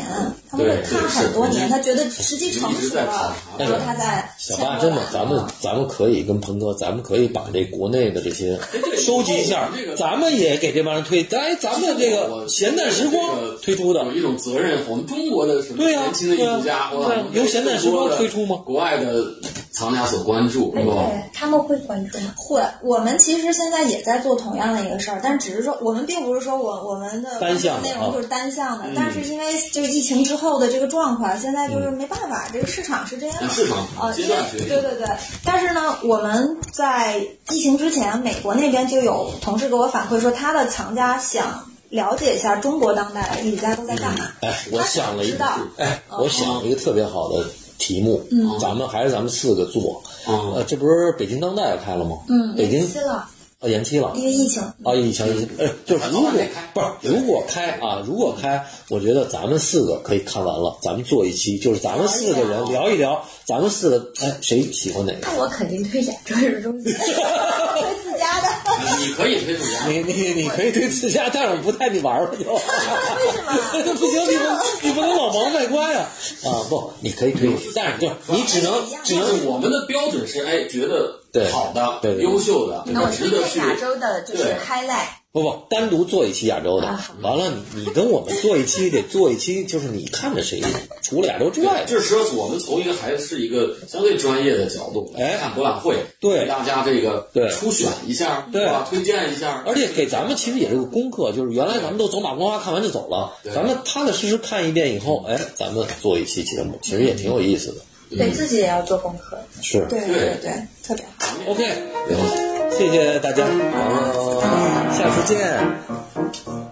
Speaker 4: 他们会
Speaker 2: 对
Speaker 4: 看
Speaker 2: 对是
Speaker 4: 很多年，
Speaker 2: 你
Speaker 4: 他觉得时机成
Speaker 2: 你一直
Speaker 4: 熟
Speaker 2: 在
Speaker 4: 了，
Speaker 2: 看
Speaker 4: 然后他再
Speaker 1: 小
Speaker 4: 签
Speaker 1: 八，
Speaker 4: 过
Speaker 1: 真的
Speaker 4: 来，
Speaker 1: 咱们咱们可以跟鹏哥，咱们可以把这国内的这些收集一下
Speaker 2: 这个，
Speaker 1: 咱们也给这帮人推。咱咱们这个闲淡时光推出
Speaker 2: 有
Speaker 1: 的，
Speaker 2: 一种责任。我们中国的什么
Speaker 1: 对啊
Speaker 2: 年轻的艺术
Speaker 1: 对
Speaker 2: 家，
Speaker 1: 啊
Speaker 2: 哇
Speaker 1: 对啊
Speaker 2: 我们
Speaker 1: 由闲淡时光推出吗
Speaker 2: 国外的藏家所关注，
Speaker 3: 哎
Speaker 2: 是吧？
Speaker 3: 对，他们会关注吗？
Speaker 4: 哦会，我们其实现在也在做同样的一个事儿，但只是说我们并不是说我我们的
Speaker 1: 单向的
Speaker 4: 内
Speaker 1: 啊
Speaker 4: 容就是单向的，但是因为这个疫情之后的这个状况，现在就是没办法，这个市场是这样的。
Speaker 2: 嗯市场
Speaker 3: 哦
Speaker 4: 呃，
Speaker 2: 阶
Speaker 4: 因为
Speaker 2: 段决定
Speaker 4: 对对对，但是呢，我们在疫情之前，美国那边就有同事给我反馈说，他的藏家想了解一下中国当代艺术家都在干嘛。
Speaker 1: 哎，我想了一
Speaker 4: 知
Speaker 1: 个
Speaker 4: 道，
Speaker 1: 哎，我想了一个特别好的题目，
Speaker 4: 嗯
Speaker 1: 咱们还是咱们四个做。
Speaker 2: 嗯
Speaker 1: 呃，这不是北京当代开了吗？
Speaker 4: 嗯
Speaker 1: 北京
Speaker 3: 期了，
Speaker 1: 啊延期了。
Speaker 4: 因为疫情，
Speaker 1: 啊，以前呃，就是如果
Speaker 2: 还没开
Speaker 1: 不是如果开啊，如果开，我觉得咱们四个可以看完了，咱们做一期，就是咱们四个人聊一聊，咱们四个哎谁喜欢哪个？
Speaker 3: 那我肯定推亚洲人 中心，
Speaker 4: 推自家的，
Speaker 2: 你可以推主家，
Speaker 1: 你你你可以推自家，但是我不带你玩了就。
Speaker 4: 为什么？
Speaker 1: 不行，你不你不能老王卖瓜呀！啊，不，你可以推，但是就是你只能只
Speaker 2: 就
Speaker 1: 能
Speaker 2: 是我们的标准是哎，觉得
Speaker 1: 对
Speaker 2: 好的、
Speaker 1: 对对对
Speaker 2: 优秀的，对
Speaker 3: 那我
Speaker 2: 吧？值
Speaker 3: 推
Speaker 2: 得
Speaker 3: 荐
Speaker 2: 去。
Speaker 3: 亚洲的就是
Speaker 2: 对
Speaker 3: highlight。
Speaker 1: 不不单独做一期亚洲的
Speaker 3: 啊好，
Speaker 1: 完了你你跟我们做一期得做一期，就是你看着谁除了亚洲之外的。
Speaker 2: 这是说我们从一个还是一个相对专业的角度来
Speaker 1: 哎
Speaker 2: 看博览会，
Speaker 1: 对
Speaker 2: 给大家这个
Speaker 1: 对
Speaker 2: 初选一下，
Speaker 1: 对
Speaker 2: 吧？推荐一下，
Speaker 1: 而且给咱们其实也是个功课，就是原来咱们都走马观花看完就走了，
Speaker 2: 对
Speaker 1: 咱们踏踏实实看一遍以后，哎，咱们做一期节目，其实也挺有意思的。
Speaker 3: 对自己也要做功课。
Speaker 1: 是
Speaker 4: 对对对，特别好。
Speaker 1: ，OK，谢谢大家，好，下次见。